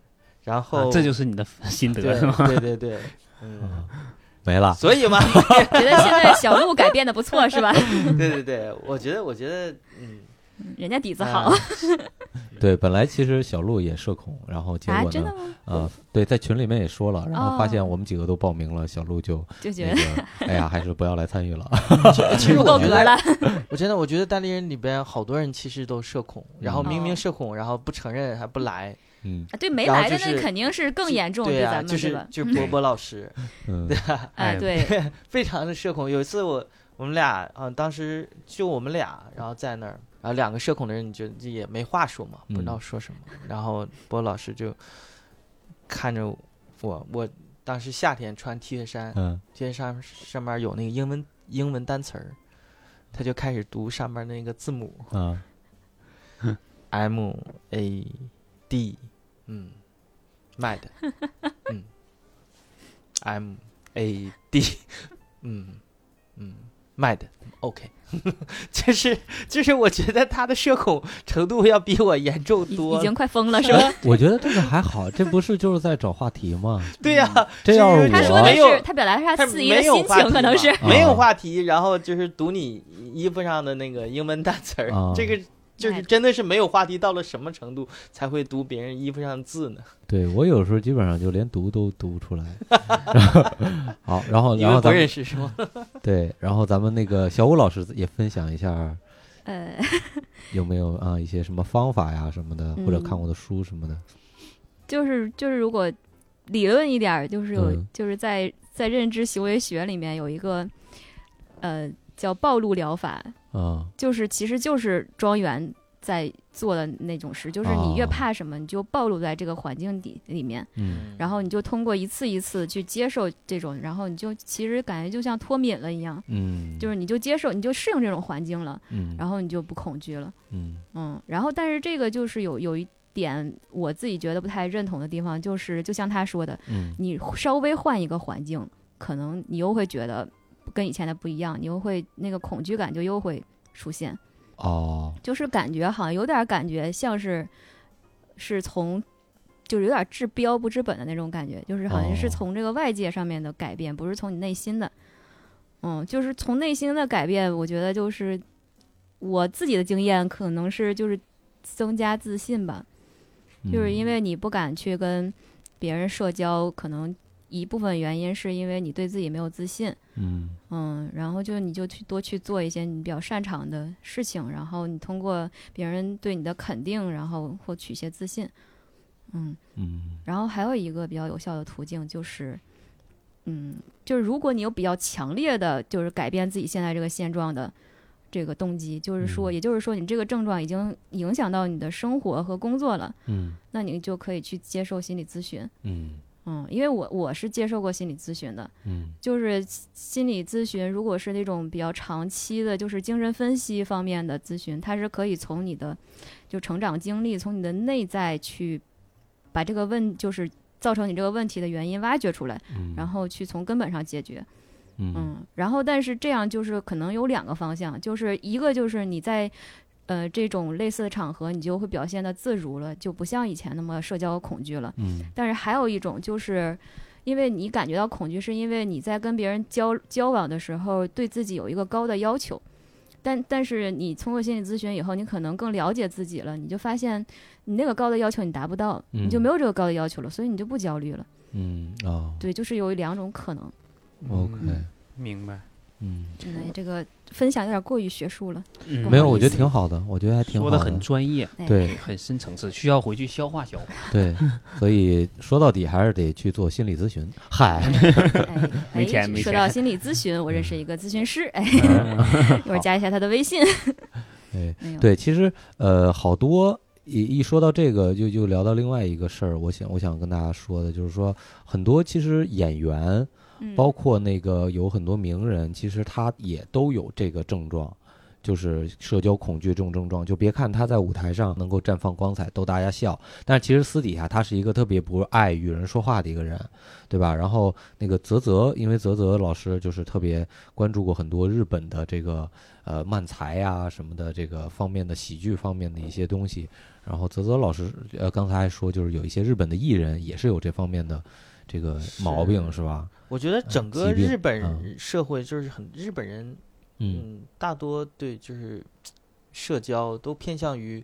Speaker 2: 然
Speaker 4: 啊
Speaker 2: 后、
Speaker 4: 这就是你的 心得
Speaker 2: 对
Speaker 4: 是吗？哦
Speaker 2: 对对对，嗯，
Speaker 1: 没了。
Speaker 2: 所以 嘛，
Speaker 3: 觉得现在小鹿改变的不错是吧？
Speaker 2: 对对对，我觉得我觉得嗯，
Speaker 3: 人家底子
Speaker 2: 啊
Speaker 3: 好
Speaker 1: 对，本来其实小鹿也社恐，然后 结
Speaker 3: 啊，
Speaker 1: 果
Speaker 3: 真的
Speaker 1: 呢，
Speaker 3: 吗？
Speaker 1: 呃，对，在群里面也说了，然后发
Speaker 3: 哦
Speaker 1: 现我们几个都报名了，小鹿就
Speaker 3: 就 觉
Speaker 1: 那
Speaker 3: 得
Speaker 1: 个，哎呀，还是不要来参与了。
Speaker 2: 其实
Speaker 3: 不够
Speaker 2: 我觉
Speaker 3: 格了
Speaker 2: 得，，我真的我觉得单立人里边好多人其实都社恐，然后明明
Speaker 3: 哦
Speaker 2: 社恐，然后不承认还不来，
Speaker 1: 嗯
Speaker 3: 啊对没
Speaker 2: 然后
Speaker 3: 来的
Speaker 2: 就是
Speaker 3: 那肯定是更严重，
Speaker 2: 对
Speaker 3: 咱
Speaker 2: 呀、
Speaker 3: 们
Speaker 2: 就是
Speaker 3: 吧？
Speaker 2: 就是波波老 师，
Speaker 1: 嗯
Speaker 2: 对吧？
Speaker 3: 哎，对，
Speaker 2: 非常的社恐。有一次我我们俩啊、当时就我们俩，然后在那儿，然后两个社恐的人，你就也没话说嘛，不知道
Speaker 1: 嗯
Speaker 2: 说什么。然后波老师就看着我，我当时夏天穿 T 恤衫，
Speaker 1: 嗯
Speaker 2: T 恤衫上面有那个英文英文单词儿，他就开始读上面那个字母
Speaker 1: 啊
Speaker 2: M A D，嗯，mad，嗯，M A D，嗯嗯，mad，OK，、就是就是我觉得他的社恐程度要比我严重
Speaker 3: 已
Speaker 2: 多
Speaker 3: 已
Speaker 2: 了，
Speaker 3: 经快疯了是 吧？
Speaker 1: 哎我觉得这个还好，这不是就是在找话题吗？
Speaker 2: 对呀、
Speaker 1: 这要是
Speaker 3: 他
Speaker 1: 我
Speaker 3: 说的
Speaker 2: 没有
Speaker 3: 是他表达是
Speaker 2: 他
Speaker 3: 他自己的
Speaker 2: 没有
Speaker 3: 心
Speaker 2: 话
Speaker 3: 情，
Speaker 2: 题
Speaker 3: 可能是
Speaker 2: 嘛没有
Speaker 1: 啊
Speaker 2: 话题，然后就是读你衣服上的那个英文单词儿，
Speaker 1: 啊
Speaker 2: 这个就是
Speaker 3: 哎
Speaker 2: 真的是没有话题到了什么程度才会读别人衣服上的字呢？
Speaker 1: 对我有时候基本上就连读都读不 出来。然后好， 然后
Speaker 2: 你
Speaker 1: 哦然后
Speaker 2: 们不
Speaker 1: 咱
Speaker 2: 认
Speaker 1: 们
Speaker 2: 识是吗？
Speaker 1: 对，然后咱们那个小武老师也分享一下
Speaker 3: 呃，
Speaker 1: 有没有啊、一些什么方法呀什么的，或者
Speaker 3: 嗯
Speaker 1: 看过的书什么的。
Speaker 3: 就是就是如果理论一点儿，就是有、
Speaker 1: 嗯
Speaker 3: 就是在在认知行为学里面有一个呃叫暴露疗法，
Speaker 1: 啊
Speaker 3: 就是其实就是庄园在做的那种事，就是你越
Speaker 1: 哦
Speaker 3: 怕什么，你就暴露在这个环境里里面，
Speaker 1: 嗯
Speaker 3: 然后你就通过一次一次去接受这种，然后你就其实感觉就像脱敏了一样，
Speaker 1: 嗯，
Speaker 3: 就是是你就接受，你就适应这种环境了，
Speaker 1: 嗯，
Speaker 3: 然后你就不恐惧了。
Speaker 1: 嗯
Speaker 3: 嗯，然后但是这个就是有有一点我自己觉得不太认同的地方，就是就像他说的，
Speaker 1: 嗯
Speaker 3: 你稍微换一个环境，可能你又会觉得跟以前的不一样，你又会那个恐惧感就又会出现，
Speaker 1: 哦
Speaker 3: 就是感觉好像有点感觉像是是从。就是有点治标不治本的那种感觉，就是好像是
Speaker 1: 哦
Speaker 3: 从这个外界上面的改变，不是从你内心的。嗯，就是从内心的改变，我觉得就是我自己的经验，可能是就是增加自信吧。
Speaker 1: 嗯
Speaker 3: 就是因为你不敢去跟别人社交，可能一部分原因是因为你对自己没有自信，
Speaker 1: 嗯
Speaker 3: 嗯，然后就是你就去多去做一些你比较擅长的事情，然后你通过别人对你的肯定，然后获取一些自信，嗯，
Speaker 1: 嗯
Speaker 3: 然后还有一个比较有效的途径就是，嗯，就是如果你有比较强烈的就是改变自己现在这个现状的这个动机，就是说，
Speaker 1: 嗯
Speaker 3: 也就是说你这个症状已经影响到你的生活和工作了。
Speaker 1: 嗯
Speaker 3: 那你就可以去接受心理咨询。
Speaker 1: 嗯
Speaker 3: 嗯，因为我我是接受过心理咨询的，
Speaker 1: 嗯
Speaker 3: 就是心理咨询，如果是那种比较长期的，就是精神分析方面的咨询，它是可以从你的就成长经历，从你的内在去把这个问，就是造成你这个问题的原因挖掘出来，
Speaker 1: 嗯，
Speaker 3: 然后去从根本上解决。
Speaker 1: 嗯
Speaker 3: 嗯，然后但是这样就是可能有两个方向，就是一个就是你在呃这种类似的场合，你就会表现的自如了，就不像以前那么社交恐惧了。
Speaker 1: 嗯
Speaker 3: 但是还有一种就是。因为你感觉到恐惧，是因为你在跟别人交交往的时候，对自己有一个高的要求，但但是你通过心理咨询以后，你可能更了解自己了，你就发现你那个高的要求你达不到，你就
Speaker 1: 嗯
Speaker 3: 没有这个高的要求了，所以你就不焦虑了。
Speaker 1: 嗯哦
Speaker 3: 对，就是有两种可能。
Speaker 1: ，OK，
Speaker 4: 明白。
Speaker 1: 嗯，
Speaker 3: 哎，这个分享有点过于学术了。
Speaker 4: 嗯
Speaker 1: 没有，
Speaker 3: 不好
Speaker 1: 我
Speaker 3: 意
Speaker 1: 觉得
Speaker 3: 思
Speaker 1: 挺好的，我觉得还挺好
Speaker 4: 说的很专业，
Speaker 3: 哎、
Speaker 1: 对
Speaker 4: 很深层次，需要回去消化消化。
Speaker 1: 对，所以说到底还是得去做心理咨询。嗨，
Speaker 3: 哎，
Speaker 4: 没
Speaker 3: 哎
Speaker 4: 钱没
Speaker 3: 说
Speaker 4: 钱
Speaker 3: 到心理咨询，我认识一个咨询师，哎， 一会儿加一下他的微信。
Speaker 1: 哎，
Speaker 3: 哎呦，
Speaker 1: 对，其实呃，好多一一说到这个，就就聊到另外一个事儿。我想我想跟大家说的就是说，很多其实演员，
Speaker 3: 嗯
Speaker 1: 包括那个有很多名人，其实他也都有这个症状。就是社交恐惧这种症状，就别看他在舞台上能够绽放光彩，逗大家笑，但是其实私底下他是一个特别不爱与人说话的一个人，对吧？然后那个泽泽，因为泽泽老师就是特别关注过很多日本的这个呃漫才呀、什么的这个方面的喜剧方面的一些东西。然后泽泽老师呃刚才还说，就是有一些日本的艺人也是有这方面的这个毛病，
Speaker 2: 是
Speaker 1: 是吧？
Speaker 2: 我觉得整个
Speaker 1: 啊疾病
Speaker 2: 日本
Speaker 1: 嗯
Speaker 2: 社会就是很日本人，
Speaker 1: 嗯
Speaker 2: 嗯，大多对就是社交都偏向于，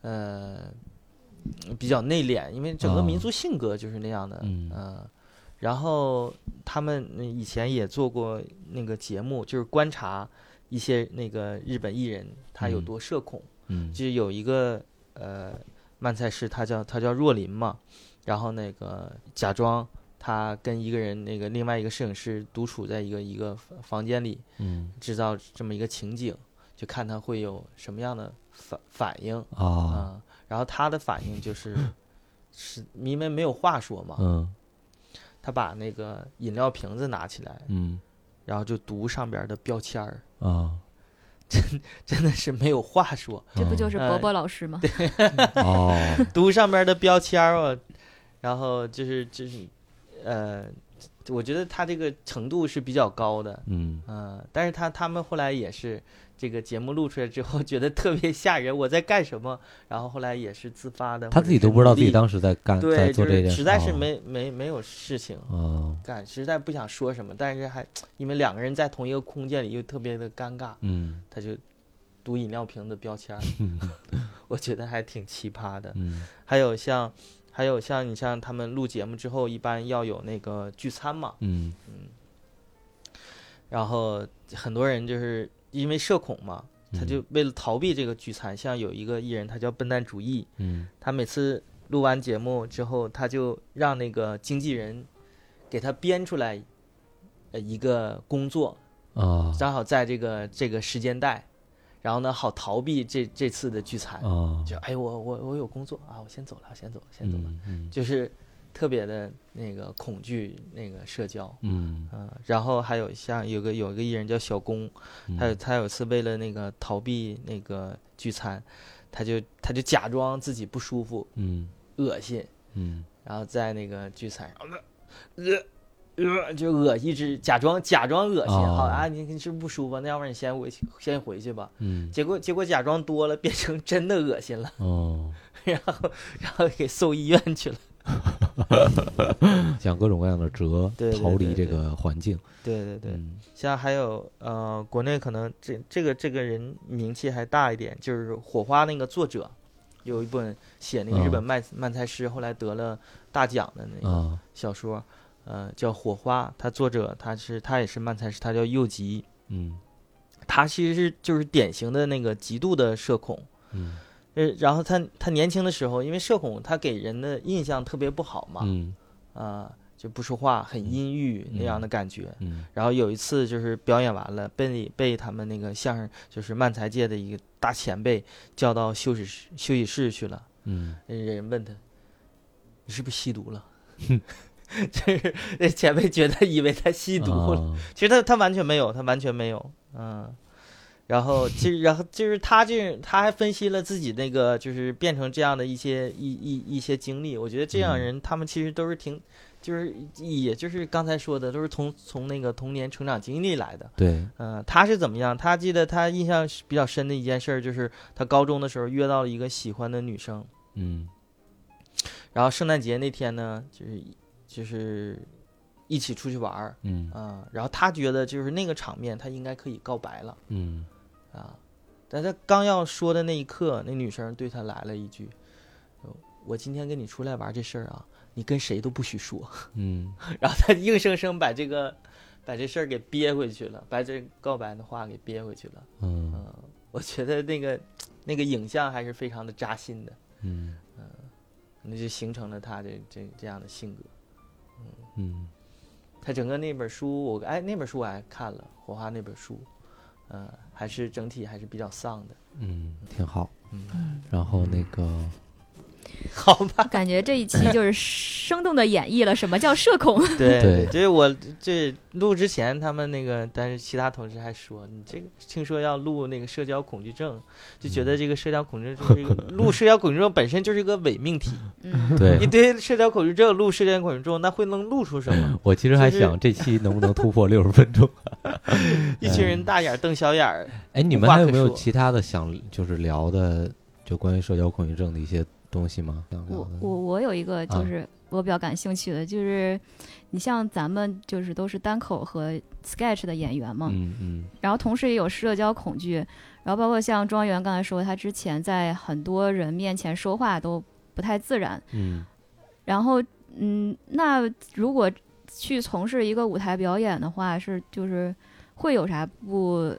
Speaker 2: 呃，比较内敛，因为整个
Speaker 1: 啊
Speaker 2: 民族性格就是那样的，
Speaker 1: 嗯
Speaker 2: 呃然后他们嗯以前也做过那个节目，就是观察一些那个日本艺人他有
Speaker 1: 嗯
Speaker 2: 多社恐，
Speaker 1: 嗯
Speaker 2: 就是有一个呃漫才师他叫他叫若琳嘛，然后那个假装他跟一个人那个另外一个摄影师独处在一个一个房房间里，
Speaker 1: 嗯
Speaker 2: 制造这么一个情景，就看他会有什么样的反反应
Speaker 1: 啊
Speaker 2: 啊、然后他的反应就是是因为没有话说嘛，
Speaker 1: 嗯
Speaker 2: 他把那个饮料瓶子拿起来，
Speaker 1: 嗯
Speaker 2: 然后就读上边的标签儿，
Speaker 1: 啊，
Speaker 2: 真的是没有话说。
Speaker 3: 这不就是
Speaker 2: 嗯
Speaker 3: 伯伯老师吗？
Speaker 1: 哦
Speaker 2: 读上面的标签儿哦，然后就是就是，呃，我觉得他这个程度是比较高的，
Speaker 1: 嗯
Speaker 2: 嗯、但是他他们后来也是这个节目录出来之后，觉得特别吓人，我在干什么？然后后来也是自发的，
Speaker 1: 他自己都不知道自己当时在干
Speaker 2: 或者是努
Speaker 1: 在
Speaker 2: 力对，
Speaker 1: 做这
Speaker 2: 就
Speaker 1: 件
Speaker 2: 是
Speaker 1: 事，
Speaker 2: 实在是没、没没有事情
Speaker 1: 哦
Speaker 2: 干，实在不想说什么，但是还因为两个人在同一个空间里又特别的尴尬，
Speaker 1: 嗯
Speaker 2: 他就读饮料瓶的 标签儿，我觉得还挺奇葩的。
Speaker 1: 嗯
Speaker 2: 还有像，还有像你像他们录节目之后，一般要有那个聚餐嘛，
Speaker 1: 嗯
Speaker 2: 然后很多人就是因为社恐嘛，他就为了逃避这个聚餐，像有一个艺人，他叫笨蛋主义，
Speaker 1: 嗯
Speaker 2: 他每次录完节目之后，他就让那个经纪人给他编出来，呃，一个工作，
Speaker 1: 啊
Speaker 2: 正好在这个这个时间带，然后呢，好逃避这这次的聚餐，
Speaker 1: 啊
Speaker 2: 就哎我我我有工作啊，我先走了，先走了，先走了。
Speaker 1: 嗯嗯
Speaker 2: 就是特别的那个恐惧那个社交，
Speaker 1: 嗯
Speaker 2: 嗯、然后还有像有个有一个艺人叫小龚，
Speaker 1: 嗯
Speaker 2: 他有他有次为了那个逃避那个聚餐，他就他就假装自己不舒服、
Speaker 1: 嗯
Speaker 2: 恶心，
Speaker 1: 嗯
Speaker 2: 然后在那个聚餐上，呃呃，就恶一直假装假装恶心，
Speaker 1: 哦
Speaker 2: 好啊，你你是不舒服，那要不然你先回去先回去吧。
Speaker 1: 嗯
Speaker 2: 结果结果假装多了，变成真的恶心了，
Speaker 1: 哦，
Speaker 2: 然后然后给送医院去了。
Speaker 1: 想各种各样的辙
Speaker 2: 对对
Speaker 1: 逃离
Speaker 2: 对
Speaker 1: 这
Speaker 2: 对
Speaker 1: 个环境，
Speaker 2: 对对对，
Speaker 1: 嗯
Speaker 2: 像还有呃，国内可能这这个这个人名气还大一点，就是《火花》那个作者，有一本写那个日本
Speaker 1: 嗯
Speaker 2: 漫、漫才师，后来得了大奖的那个
Speaker 1: 啊
Speaker 2: 小说，呃，叫《火花》，他作者他是他也是漫才师，他叫右吉，
Speaker 1: 嗯
Speaker 2: 他其实是就是典型的那个极度的社恐。
Speaker 1: 嗯
Speaker 2: 呃，然后他他年轻的时候，因为社恐，他给人的印象特别不好嘛，
Speaker 1: 嗯
Speaker 2: 啊、就不说话，很阴郁那样的感觉。
Speaker 1: 嗯
Speaker 2: 然后有一次就是表演完了，被被他们那个相声就是漫才界的一个大前辈叫到休息室休息室去了。
Speaker 1: 嗯
Speaker 2: 人问他：“你是不是吸毒了？” 就是那前辈觉得以为他吸毒了，
Speaker 1: 啊
Speaker 2: 其实他他完全没有，他完全没有，嗯。然后其实然后就是他这他还分析了自己那个就是变成这样的一些一一一些经历，我觉得这样人他们其实都是挺，就是也就是刚才说的，都是从从那个童年成长经历来的。
Speaker 1: 对
Speaker 2: 嗯、他是怎么样？他记得他印象是比较深的一件事儿，就是他高中的时候约到了一个喜欢的女生，
Speaker 1: 嗯
Speaker 2: 然后圣诞节那天呢，就是就是一起出去玩儿，
Speaker 1: 嗯
Speaker 2: 啊，然后他觉得就是那个场面，他应该可以告白了
Speaker 1: 嗯
Speaker 2: 啊。但他刚要说的那一刻，那女生对他来了一句：“呃我今天跟你出来玩这事儿啊，你跟谁都不许说。
Speaker 1: 嗯”
Speaker 2: 然后他硬生生把这个把这事儿给憋回去了，把这告白的话给憋回去了。
Speaker 1: 嗯
Speaker 2: 嗯，我觉得那个那个影像还是非常的扎心的，
Speaker 1: 嗯
Speaker 2: 那就形成了他这这这样的性格。
Speaker 1: 嗯
Speaker 2: 他整个那本书，我哎那本书我还看了，《火花》那本书，呃，还是整体还是比较丧的，
Speaker 1: 嗯，挺好。
Speaker 2: 嗯，
Speaker 1: 然后那个，
Speaker 2: 好吧？
Speaker 3: 感觉这一 期就是生动的演绎了什么叫社 恐。
Speaker 2: 对
Speaker 1: 对
Speaker 2: 这我这录之前他们那个，但是其他同事还说你这个听说要录那个社交恐惧症，就觉
Speaker 1: 嗯
Speaker 2: 得这个社交恐惧症就是一个 录社交恐惧症本身就是一个伪命题，
Speaker 3: 嗯，
Speaker 2: 一
Speaker 1: 对
Speaker 2: 堆社交恐惧症录社交恐惧症，那会能录出什 么？
Speaker 1: 我其实还想这期能不能突破六十分钟？
Speaker 2: 一群人大眼瞪小眼儿，
Speaker 1: 哎，你们
Speaker 2: 无话
Speaker 1: 还有
Speaker 2: 可
Speaker 1: 没有
Speaker 2: 说
Speaker 1: 其他的想就是聊的，就关于社交恐惧症的一些东西吗？想聊
Speaker 3: 我
Speaker 1: 的
Speaker 3: 我我有一个
Speaker 1: 嗯啊
Speaker 3: 就是我比较感兴趣的，就是你像咱们就是都是单口和 sketch 的演员嘛，
Speaker 1: 嗯嗯
Speaker 3: 然后同时也有社交恐惧，然后包括像庄园刚才说，他之前在很多人面前说话都不太自然，
Speaker 1: 嗯
Speaker 3: 然后嗯，那如果去从事一个舞台表演的话，是就是会有啥不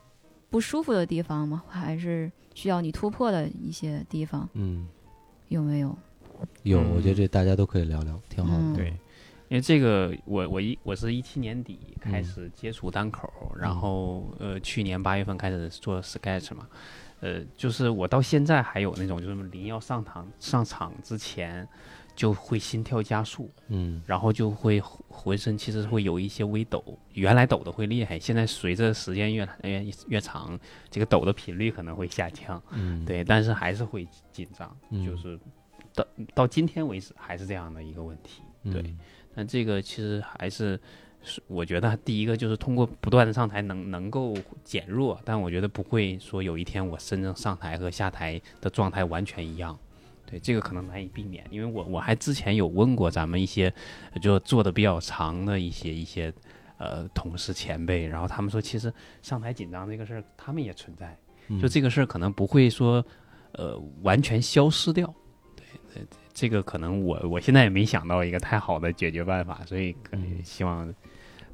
Speaker 3: 不舒服的地方吗？还是需要你突破的一些地方？
Speaker 1: 嗯，
Speaker 3: 有 没有？
Speaker 1: 有，
Speaker 4: 嗯
Speaker 1: 我觉得这大家都可以聊聊，挺好的。
Speaker 3: 嗯
Speaker 4: 对，因为这个我我一我是一七年底开始接触单口，然后呃去年八月份开始做 sketch 嘛，呃就是我到现在还有那种就是临要上场上场之前就会心跳加速，
Speaker 1: 嗯
Speaker 4: 然后就会浑浑身其实会有一些微抖，原来抖的会厉害，现在随着时间越来越越长，这个抖的频率可能会下降，
Speaker 1: 嗯，
Speaker 4: 对，但是还是会紧张，
Speaker 1: 嗯
Speaker 4: 就是到到今天为止还是这样的一个问题，
Speaker 1: 嗯
Speaker 4: 对。那这个其实还是是，我觉得第一个就是通过不断的上台能能够减弱，但我觉得不会说有一天我真正上台和下台的状态完全一样。对，这个可能难以避免，因为我我还之前有问过咱们一些呃就做的比较长的一些一些呃同事前辈，然后他们说，其实上台紧张这个事儿他们也存在，就这个事儿可能不会说呃完全消失掉。对，对这个可能我我现在也没想到一个太好的解决办法，所以可
Speaker 1: 嗯
Speaker 4: 希望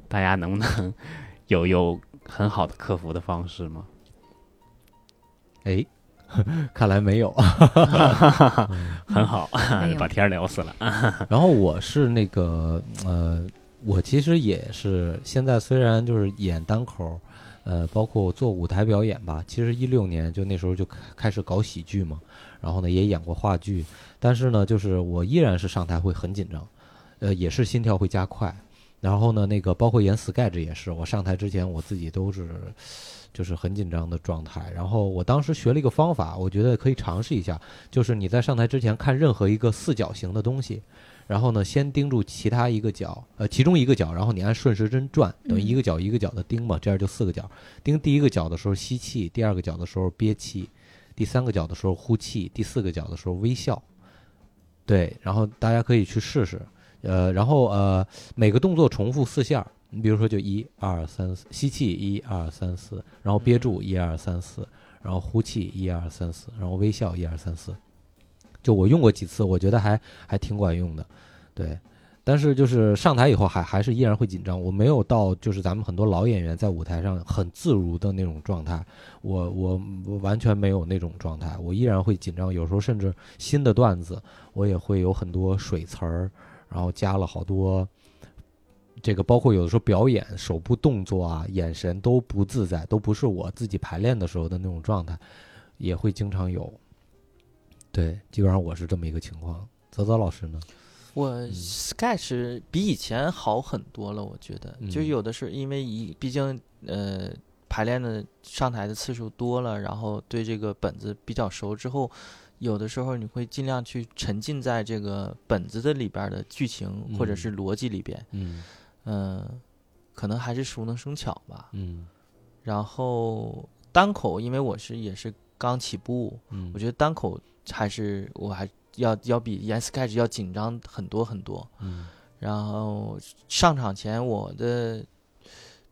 Speaker 4: 大家能不能 有有很好的克服的方式吗？
Speaker 1: 哎， 看来没有。
Speaker 4: 很好，
Speaker 3: 没有
Speaker 4: 把天儿聊死了。
Speaker 1: 然后我是那个呃，我其实也是现在虽然就是演单口，呃，包括做舞台表演吧。其实一六年就那时候就开开始搞喜剧嘛，然后呢也演过话剧，但是呢就是我依然是上台会很紧张，呃，也是心跳会加快。然后呢，那个包括演 sketch 也是，我上台之前我自己都是就是很紧张的状态。然后我当时学了一个方法，我觉得可以尝试一下，就是你在上台之前看任何一个四角形的东西，然后呢，先盯住其他一个角，呃，其中一个角，然后你按顺时针转，等于
Speaker 3: 嗯
Speaker 1: 一个角一个角的盯嘛，这样就四个角。盯第一个角的时候吸气，第二个角的时候憋气，第三个角的时候呼气，第四个角的时候微笑。对，然后大家可以去试试，呃，然后呃，每个动作重复四下儿，你比如说就一二三四，吸气一二三四，然后憋住一二三四，然后呼气一二三四，然后微笑一二三四。就我用过几次，我觉得还还挺管用的，对。但是就是上台以后还还是依然会紧张，我没有到就是咱们很多老演员在舞台上很自如的那种状态，我我我完全没有那种状态，我依然会紧张，有时候甚至新的段子我也会有很多水词儿，然后加了好多，这个包括有的时候表演手部动作啊、眼神都不自在，都不是我自己排练的时候的那种状态，也会经常有。对，基本上我是这么一个情况。泽泽老师呢？
Speaker 2: 我
Speaker 1: 嗯
Speaker 2: Sketch 比以前好很多了，我觉得，
Speaker 1: 嗯
Speaker 2: 就是有的是因为一，毕竟呃排练的上台的次数多了，然后对这个本子比较熟之后，有的时候你会尽量去沉浸在这个本子的里边儿的剧情或者
Speaker 1: 嗯
Speaker 2: 是逻辑里边，
Speaker 1: 嗯
Speaker 2: 嗯、可能还是熟能生巧吧。
Speaker 1: 嗯
Speaker 2: 然后单口，因为我是也是刚起步，
Speaker 1: 嗯
Speaker 2: 我觉得单口还是我还要要比演 sketch 要紧张很多很多。
Speaker 1: 嗯
Speaker 2: 然后上场前我的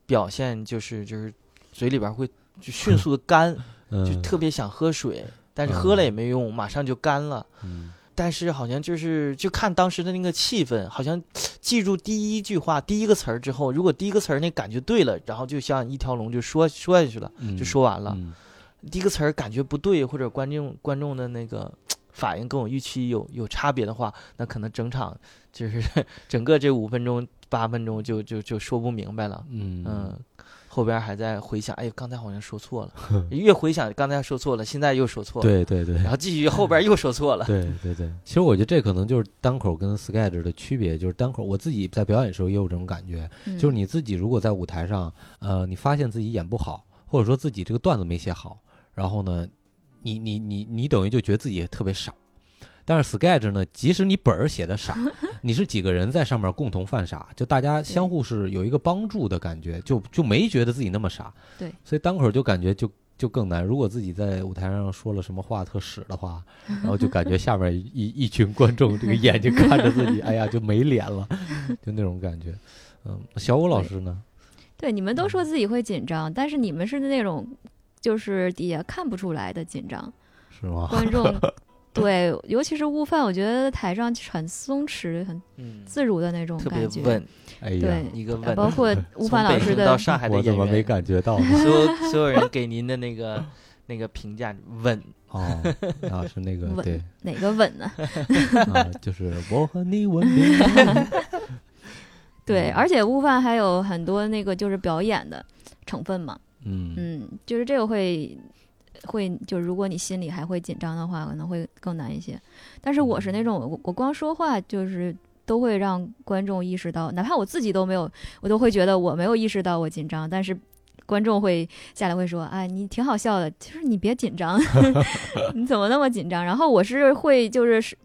Speaker 2: 表现就是就是嘴里边会就迅速的干，
Speaker 1: 嗯
Speaker 2: 就特别想喝水，但是喝了也没用，马上就干了。
Speaker 1: 嗯
Speaker 2: 但是好像就是就看当时的那个气氛，好像记住第一句话、第一个词儿之后，如果第一个词儿那感觉对了，然后就像一条龙就说说下去了，
Speaker 1: 嗯
Speaker 2: 就说完了。
Speaker 1: 嗯
Speaker 2: 第一个词儿感觉不对，或者观众观众的那个反应跟我预期有有差别的话，那可能整场就是 整个这五分钟八分钟就就就说不明白了。
Speaker 1: 嗯
Speaker 2: 嗯，后边还在回想，哎呦，刚才好像说错 了，越回想刚才说错了，现在又说错了，
Speaker 1: 对对对
Speaker 2: 然后继续后边又说错了。
Speaker 1: 对对对。其实我觉得这可能就是单口跟 sketch 的区别，就是单口我自己在表演的时候也有这种感觉，
Speaker 3: 嗯
Speaker 1: 就是你自己如果在舞台上，呃，你发现自己演不好，或者说自己这个段子没写好，然后呢，你你你你等于就觉得自己特别傻。但是 sketch 呢，即使你本儿写的 傻，你是几个人在上面共同犯傻，就大家相互是有一个帮助的感觉，就就没觉得自己那么傻。
Speaker 3: 对，
Speaker 1: 所以单口就感觉就就更难。如果自己在舞台上说了什么话特屎的话，然后就感觉下面一一群观众这个眼睛看着自己，哎呀就没脸了，就那种感觉。嗯，小武老
Speaker 3: 对
Speaker 1: 师呢？
Speaker 3: 对你们
Speaker 1: 嗯
Speaker 3: 都说自己会紧张，但是你们是那种就是底下看不出来的紧张，
Speaker 1: 是吗？
Speaker 3: 观众对，尤其是悟饭，我觉得台上很松弛、很
Speaker 2: 嗯，
Speaker 3: 自如的那种
Speaker 2: 特别
Speaker 3: 感觉。
Speaker 2: 稳，
Speaker 1: 哎呀，
Speaker 3: 对，
Speaker 2: 一个稳。
Speaker 3: 包括悟
Speaker 2: 从
Speaker 3: 饭老
Speaker 2: 北
Speaker 3: 师
Speaker 2: 京到
Speaker 3: 的
Speaker 2: 上海的
Speaker 1: 我
Speaker 2: 演
Speaker 1: 怎么没
Speaker 2: 员，
Speaker 1: 感觉到呢？
Speaker 2: 所有所有人给您的那个那个评价，稳
Speaker 1: 哦，啊是那个
Speaker 3: 稳
Speaker 1: 对
Speaker 3: 哪个稳呢？
Speaker 1: 啊，就是我和你吻别。
Speaker 3: 对，
Speaker 1: 嗯
Speaker 3: 而且悟饭还有很多那个就是表演的成分嘛，
Speaker 1: 嗯，
Speaker 3: 嗯，就是这个会会就如果你心里还会紧张的话，可能会更难一些。但是我是那种我我光说话就是都会让观众意识到，哪怕我自己都没有，我都会觉得我没有意识到我紧张，但是。观众会下来会说：“哎，你挺好笑的，就是你别紧张， 你怎么那么紧张？”然后我是会就是是，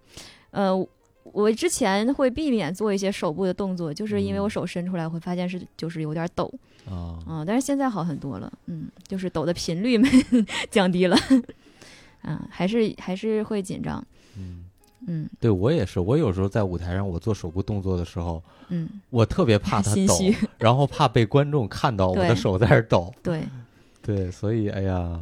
Speaker 3: 呃，我之前会避免做一些手部的动作，就是因为
Speaker 1: 嗯
Speaker 3: 我手伸出来会发现是就是有点抖，
Speaker 1: 啊，
Speaker 3: 嗯，但是现在好很多了，嗯，就是抖的频率 没降低了，嗯，还是还是会紧张，
Speaker 1: 嗯，
Speaker 3: 嗯
Speaker 1: 对我也是，我有时候在舞台上我做手部动作的时候，
Speaker 3: 嗯，
Speaker 1: 我特别怕它
Speaker 3: 心
Speaker 1: 抖
Speaker 3: 虚，
Speaker 1: 然后怕被观众看到我的
Speaker 3: 对
Speaker 1: 手在这儿抖。
Speaker 3: 对，
Speaker 1: 对，所以哎呀，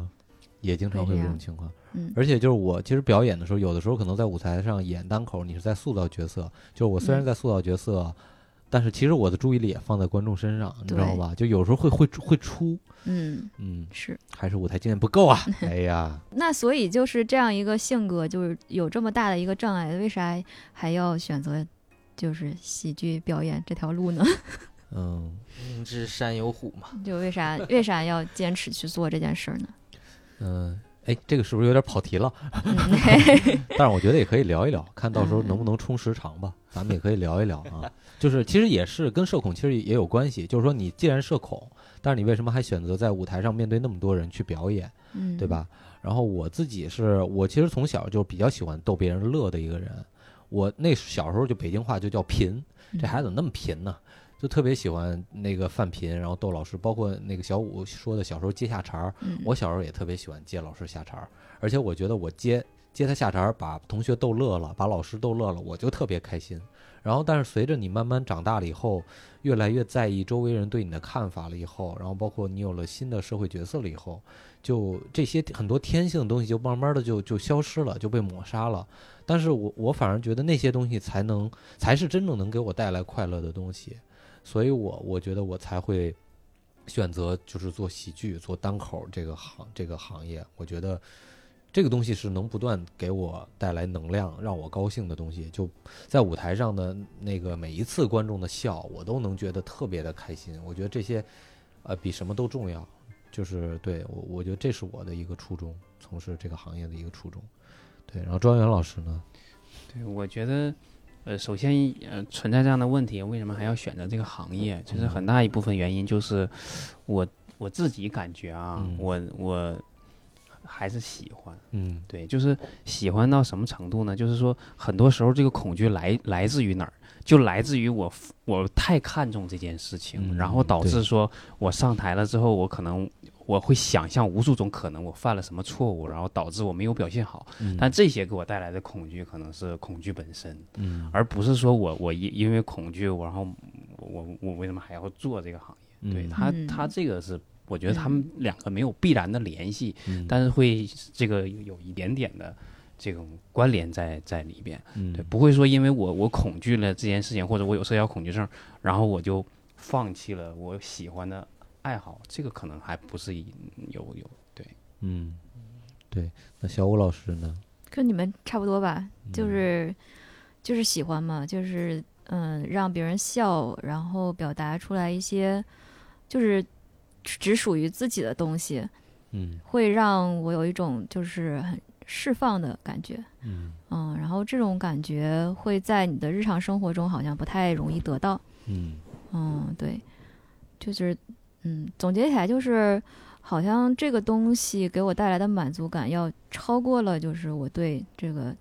Speaker 1: 也经常
Speaker 3: 会
Speaker 1: 会
Speaker 3: 这
Speaker 1: 有这种
Speaker 3: 样
Speaker 1: 情况。
Speaker 3: 嗯
Speaker 1: 而且就是我其实表演的时候，有的时候可能在舞台上演单口，你是在塑造角色。就是我虽然
Speaker 3: 嗯
Speaker 1: 在塑造角色，但是其实我的注意力也放在观众身上，你知道
Speaker 3: 对
Speaker 1: 吧？就有时候会会会出，
Speaker 3: 嗯
Speaker 1: 嗯，
Speaker 3: 是。
Speaker 1: 还是舞台经验不够啊！哎呀，
Speaker 3: 那所以就是这样一个性格，就是有这么大的一个障碍，为啥还要选择就是喜剧表演这条路呢？
Speaker 1: 嗯
Speaker 2: 明知山有虎嘛，
Speaker 3: 就为啥为啥要坚持去做这件事儿呢？
Speaker 1: 嗯，哎，这个是不是有点跑题了？
Speaker 3: 嗯嘿嘿
Speaker 1: 但是我觉得也可以聊一聊，看到时候能不能充时长吧。咱们也可以聊一聊啊， 就是其实也是跟社恐其实也有关系，就是说你既然社恐，但是你为什么还选择在舞台上面对那么多人去表演，
Speaker 3: 嗯，
Speaker 1: 对？吧？然后我自己是我其实从小就比较喜欢逗别人乐的一个人，我那小时候就北京话就叫贫，
Speaker 3: 嗯
Speaker 1: 这孩子怎么那么贫呢？就特别喜欢那个犯贫，然后逗老师，包括那个小五说的小时候接下茬儿，
Speaker 3: 嗯，
Speaker 1: 我小时候也特别喜欢接老师下茬儿，而且我觉得我接接他下茬儿，把同学逗乐了，把老师逗乐了，我就特别开心。然后，但是随着你慢慢长大了以后，越来越在意周围人对你的看法了以后，然后包括你有了新的社会角色了以后，就这些很多天性的东西就慢慢的就就消失了，就被抹杀了。但是我我反而觉得那些东西才能才是真正能给我带来快乐的东西，所以我我觉得我才会选择就是做喜剧、做单口这个行这个行业，我觉得这个东西是能不断给我带来能量、让我高兴的东西。就在舞台上的那个每一次观众的笑，我都能觉得特别的开心。我觉得这些，呃，比什么都重要。就是对我，我觉得这是我的一个初衷，从事这个行业的一个初衷。对，然后庄园老师呢？
Speaker 4: 对，我觉得，呃，首先呃存在这样的问题，为什么还要选择这个行业？其实很大一部分原因就是我我自己感觉啊，
Speaker 1: 嗯
Speaker 4: 我我还是喜欢。
Speaker 1: 嗯
Speaker 4: 对，就是喜欢到什么程度呢？就是说，很多时候这个恐惧来来自于哪儿？就来自于我 f- 我太看重这件事情，
Speaker 1: 嗯
Speaker 4: 然后导
Speaker 1: 对
Speaker 4: 致说我上台了之后，我可能我会想象无数种可能，我犯了什么错误，然后导致我没有表现好。
Speaker 1: 嗯
Speaker 4: 但这些给我带来的恐惧，可能是恐惧本身，
Speaker 1: 嗯
Speaker 4: 而不是说我我因因为恐惧，我然后我我为什么还要做这个行业？对
Speaker 1: 嗯
Speaker 4: 他
Speaker 3: 嗯
Speaker 4: 他这个是，我觉得他们两个没有必然的联系，
Speaker 1: 嗯
Speaker 4: 但是会这个有一点点的这种关联在在里边，
Speaker 1: 嗯
Speaker 4: 对，不会说因为我我恐惧了这件事情，或者我有社交恐惧症，然后我就放弃了我喜欢的爱好，这个可能还不是一有有对，
Speaker 1: 嗯对，那小武老师呢？
Speaker 3: 跟你们差不多吧，就
Speaker 1: 嗯
Speaker 3: 是、就是喜欢嘛，就是嗯，让别人笑，然后表达出来一些就是只属于自己的东西，
Speaker 1: 嗯
Speaker 3: 会让我有一种就是很释放的感觉，
Speaker 1: 嗯
Speaker 3: 嗯，然后这种感觉会在你的日常生活中好像不太容易得到，
Speaker 1: 嗯
Speaker 3: 嗯，对，就是嗯，总结起来就是，好像这个东西给我带来的满足感要超过了，就是我对这个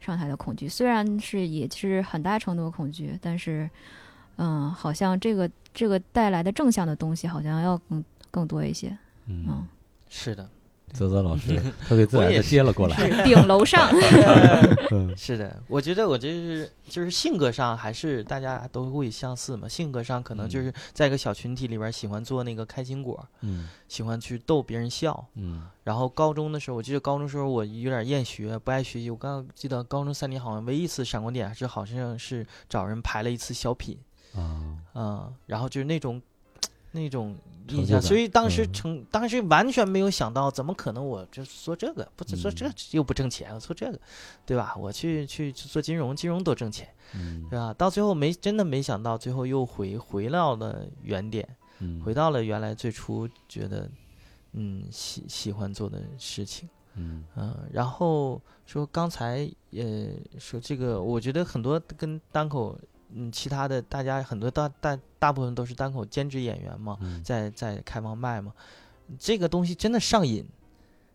Speaker 3: 上台的恐惧，虽然是也是很大程度的恐惧，但是嗯，好像这个这个带来的正向的东西好像要更更多一些，
Speaker 1: 嗯
Speaker 3: 嗯，
Speaker 2: 是的，
Speaker 1: 泽泽老 师特别自然
Speaker 2: 我
Speaker 1: 的
Speaker 2: 也是
Speaker 1: 接了过来。
Speaker 3: 是顶楼上，
Speaker 2: 是的，我觉得我这是就是性格上还是大家都会相似嘛，性格上可能就是在一个小群体里边儿喜欢做那个开心果，
Speaker 1: 嗯
Speaker 2: 喜欢去逗别人笑。
Speaker 1: 嗯
Speaker 2: 然后高中的时候，我记得高中时候我有点厌学，不爱学习。我刚记得高中三年好像唯一一次闪光点还是好像是找人排了一次小品嗯
Speaker 1: 啊
Speaker 2: 啊、然后就是那种那种
Speaker 1: 成
Speaker 2: 印
Speaker 1: 就
Speaker 2: 象，
Speaker 1: 感
Speaker 2: 所以当时
Speaker 1: 嗯
Speaker 2: 成、当时完全没有想到，怎么可能我就做这个，不是说这
Speaker 1: 嗯
Speaker 2: 又不挣钱，我做这个，对吧？我去去去做金融，金融多挣钱，
Speaker 1: 嗯
Speaker 2: 对吧？到最后没真的没想到，最后又回回到了原点，
Speaker 1: 嗯，
Speaker 2: 回到了原来最初觉得嗯喜喜欢做的事情。
Speaker 1: 嗯
Speaker 2: 嗯，然后说刚才呃说这个，我觉得很多跟单口，嗯，其他的大家很多大大大部分都是单口兼职演员嘛，
Speaker 1: 嗯
Speaker 2: 在在开放麦嘛，这个东西真的上瘾，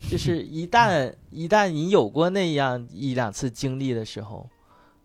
Speaker 2: 就是 一旦一旦你有过那样一两次经历的时候，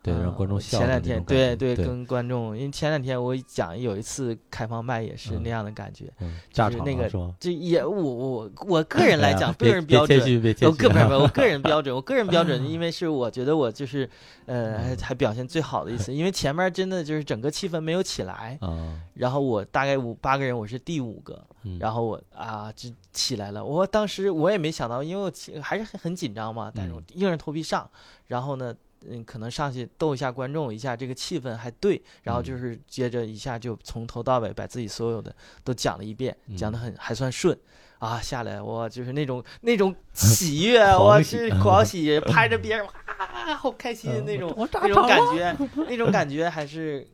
Speaker 1: 对，
Speaker 2: 嗯
Speaker 1: 让观众
Speaker 2: 我
Speaker 1: 笑
Speaker 2: 前
Speaker 1: 的
Speaker 2: 两
Speaker 1: 那
Speaker 2: 天
Speaker 1: 种感觉
Speaker 2: 对
Speaker 1: 对
Speaker 2: 跟观众，因为前两天我讲有一次开放麦也是
Speaker 1: 嗯
Speaker 2: 那样的感觉，
Speaker 1: 嗯炸
Speaker 2: 就是
Speaker 1: 场
Speaker 2: 那
Speaker 1: 了
Speaker 2: 个
Speaker 1: 是吗？
Speaker 2: 这也我我我个人来
Speaker 1: 哎呀
Speaker 2: 讲，个
Speaker 1: 别
Speaker 2: 人
Speaker 1: 别
Speaker 2: 标准
Speaker 1: 谦。虚，别谦
Speaker 2: 我
Speaker 1: 虚
Speaker 2: 个人
Speaker 1: 啊
Speaker 2: 我个人标准，我个人标准，因为是我觉得我就是，呃，
Speaker 1: 嗯
Speaker 2: 还还表现最好的一次，因为前面真的就是整个气氛没有起来，
Speaker 1: 啊，
Speaker 2: 然后我大概五八个人，我是第五个，
Speaker 1: 嗯
Speaker 2: 然后我啊就起来了，我当时我也没想到，因为我其还是很很紧张嘛，但是我
Speaker 1: 嗯
Speaker 2: 硬着头皮上，然后呢。嗯，可能上去逗一下观众一下，这个气氛还对，然后
Speaker 1: 嗯
Speaker 2: 就是接着一下就从头到尾把自己所有的都讲了一遍，讲的
Speaker 1: 嗯
Speaker 2: 很还算顺啊。下来我就是那种 那种喜悦，我
Speaker 1: 狂喜
Speaker 2: 是 狂喜，拍着别人哇，好开心的那种
Speaker 1: 我炸
Speaker 2: 那种感觉，那种感觉还是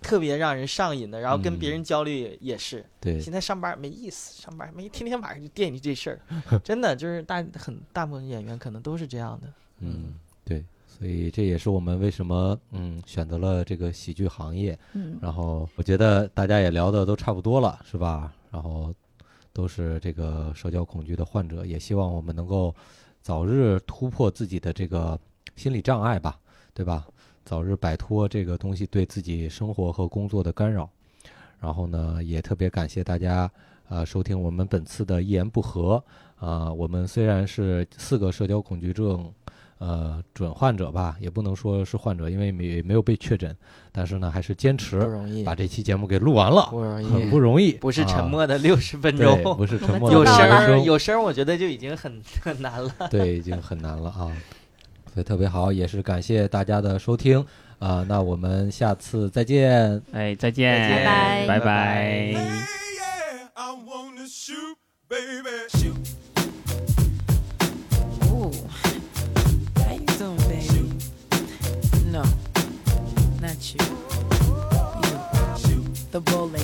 Speaker 2: 特别让人上瘾的。然后跟别
Speaker 1: 嗯
Speaker 2: 人交流也是，
Speaker 1: 对，
Speaker 2: 现在上班没意思，上班没天天晚上就惦记这事 儿，真的就是大很大部分演员可能都是这样的。
Speaker 1: 嗯，对，所以这也是我们为什么嗯选择了这个喜剧行业。
Speaker 3: 嗯，
Speaker 1: 然后我觉得大家也聊的都差不多了，是吧？然后都是这个社交恐惧的患者，也希望我们能够早日突破自己的这个心理障碍吧，对吧？早日摆脱这个东西对自己生活和工作的干扰。然后呢，也特别感谢大家呃收听我们本次的一言不合。啊、我们虽然是四个社交恐惧症呃准患者吧，也不能说是患者，因为没没有被确诊，但是呢，还是坚持
Speaker 2: 不容易，
Speaker 1: 把这期节目给录完了，
Speaker 2: 不容
Speaker 1: 很
Speaker 2: 易，
Speaker 1: 不容易，
Speaker 2: 不是沉
Speaker 1: 啊，
Speaker 2: 默的六十分
Speaker 1: 对，
Speaker 2: 钟，
Speaker 1: 不是沉默
Speaker 3: 我
Speaker 1: 的
Speaker 2: 有
Speaker 3: 们
Speaker 2: 声
Speaker 3: 做到
Speaker 2: 儿
Speaker 1: 六
Speaker 2: 有声儿，我觉得就已经很很难了。
Speaker 1: 分钟，对，已经很难了啊，所以特别好，也是感谢大家的收听啊、那我们下次再见。
Speaker 4: 哎，再见，
Speaker 2: 再见
Speaker 4: 拜
Speaker 3: 拜
Speaker 2: 拜
Speaker 4: 拜
Speaker 5: Hey, yeah, I wanna shoot, baby, shoot.
Speaker 6: Ooh. How you doing, baby? No, not you. You. The bowling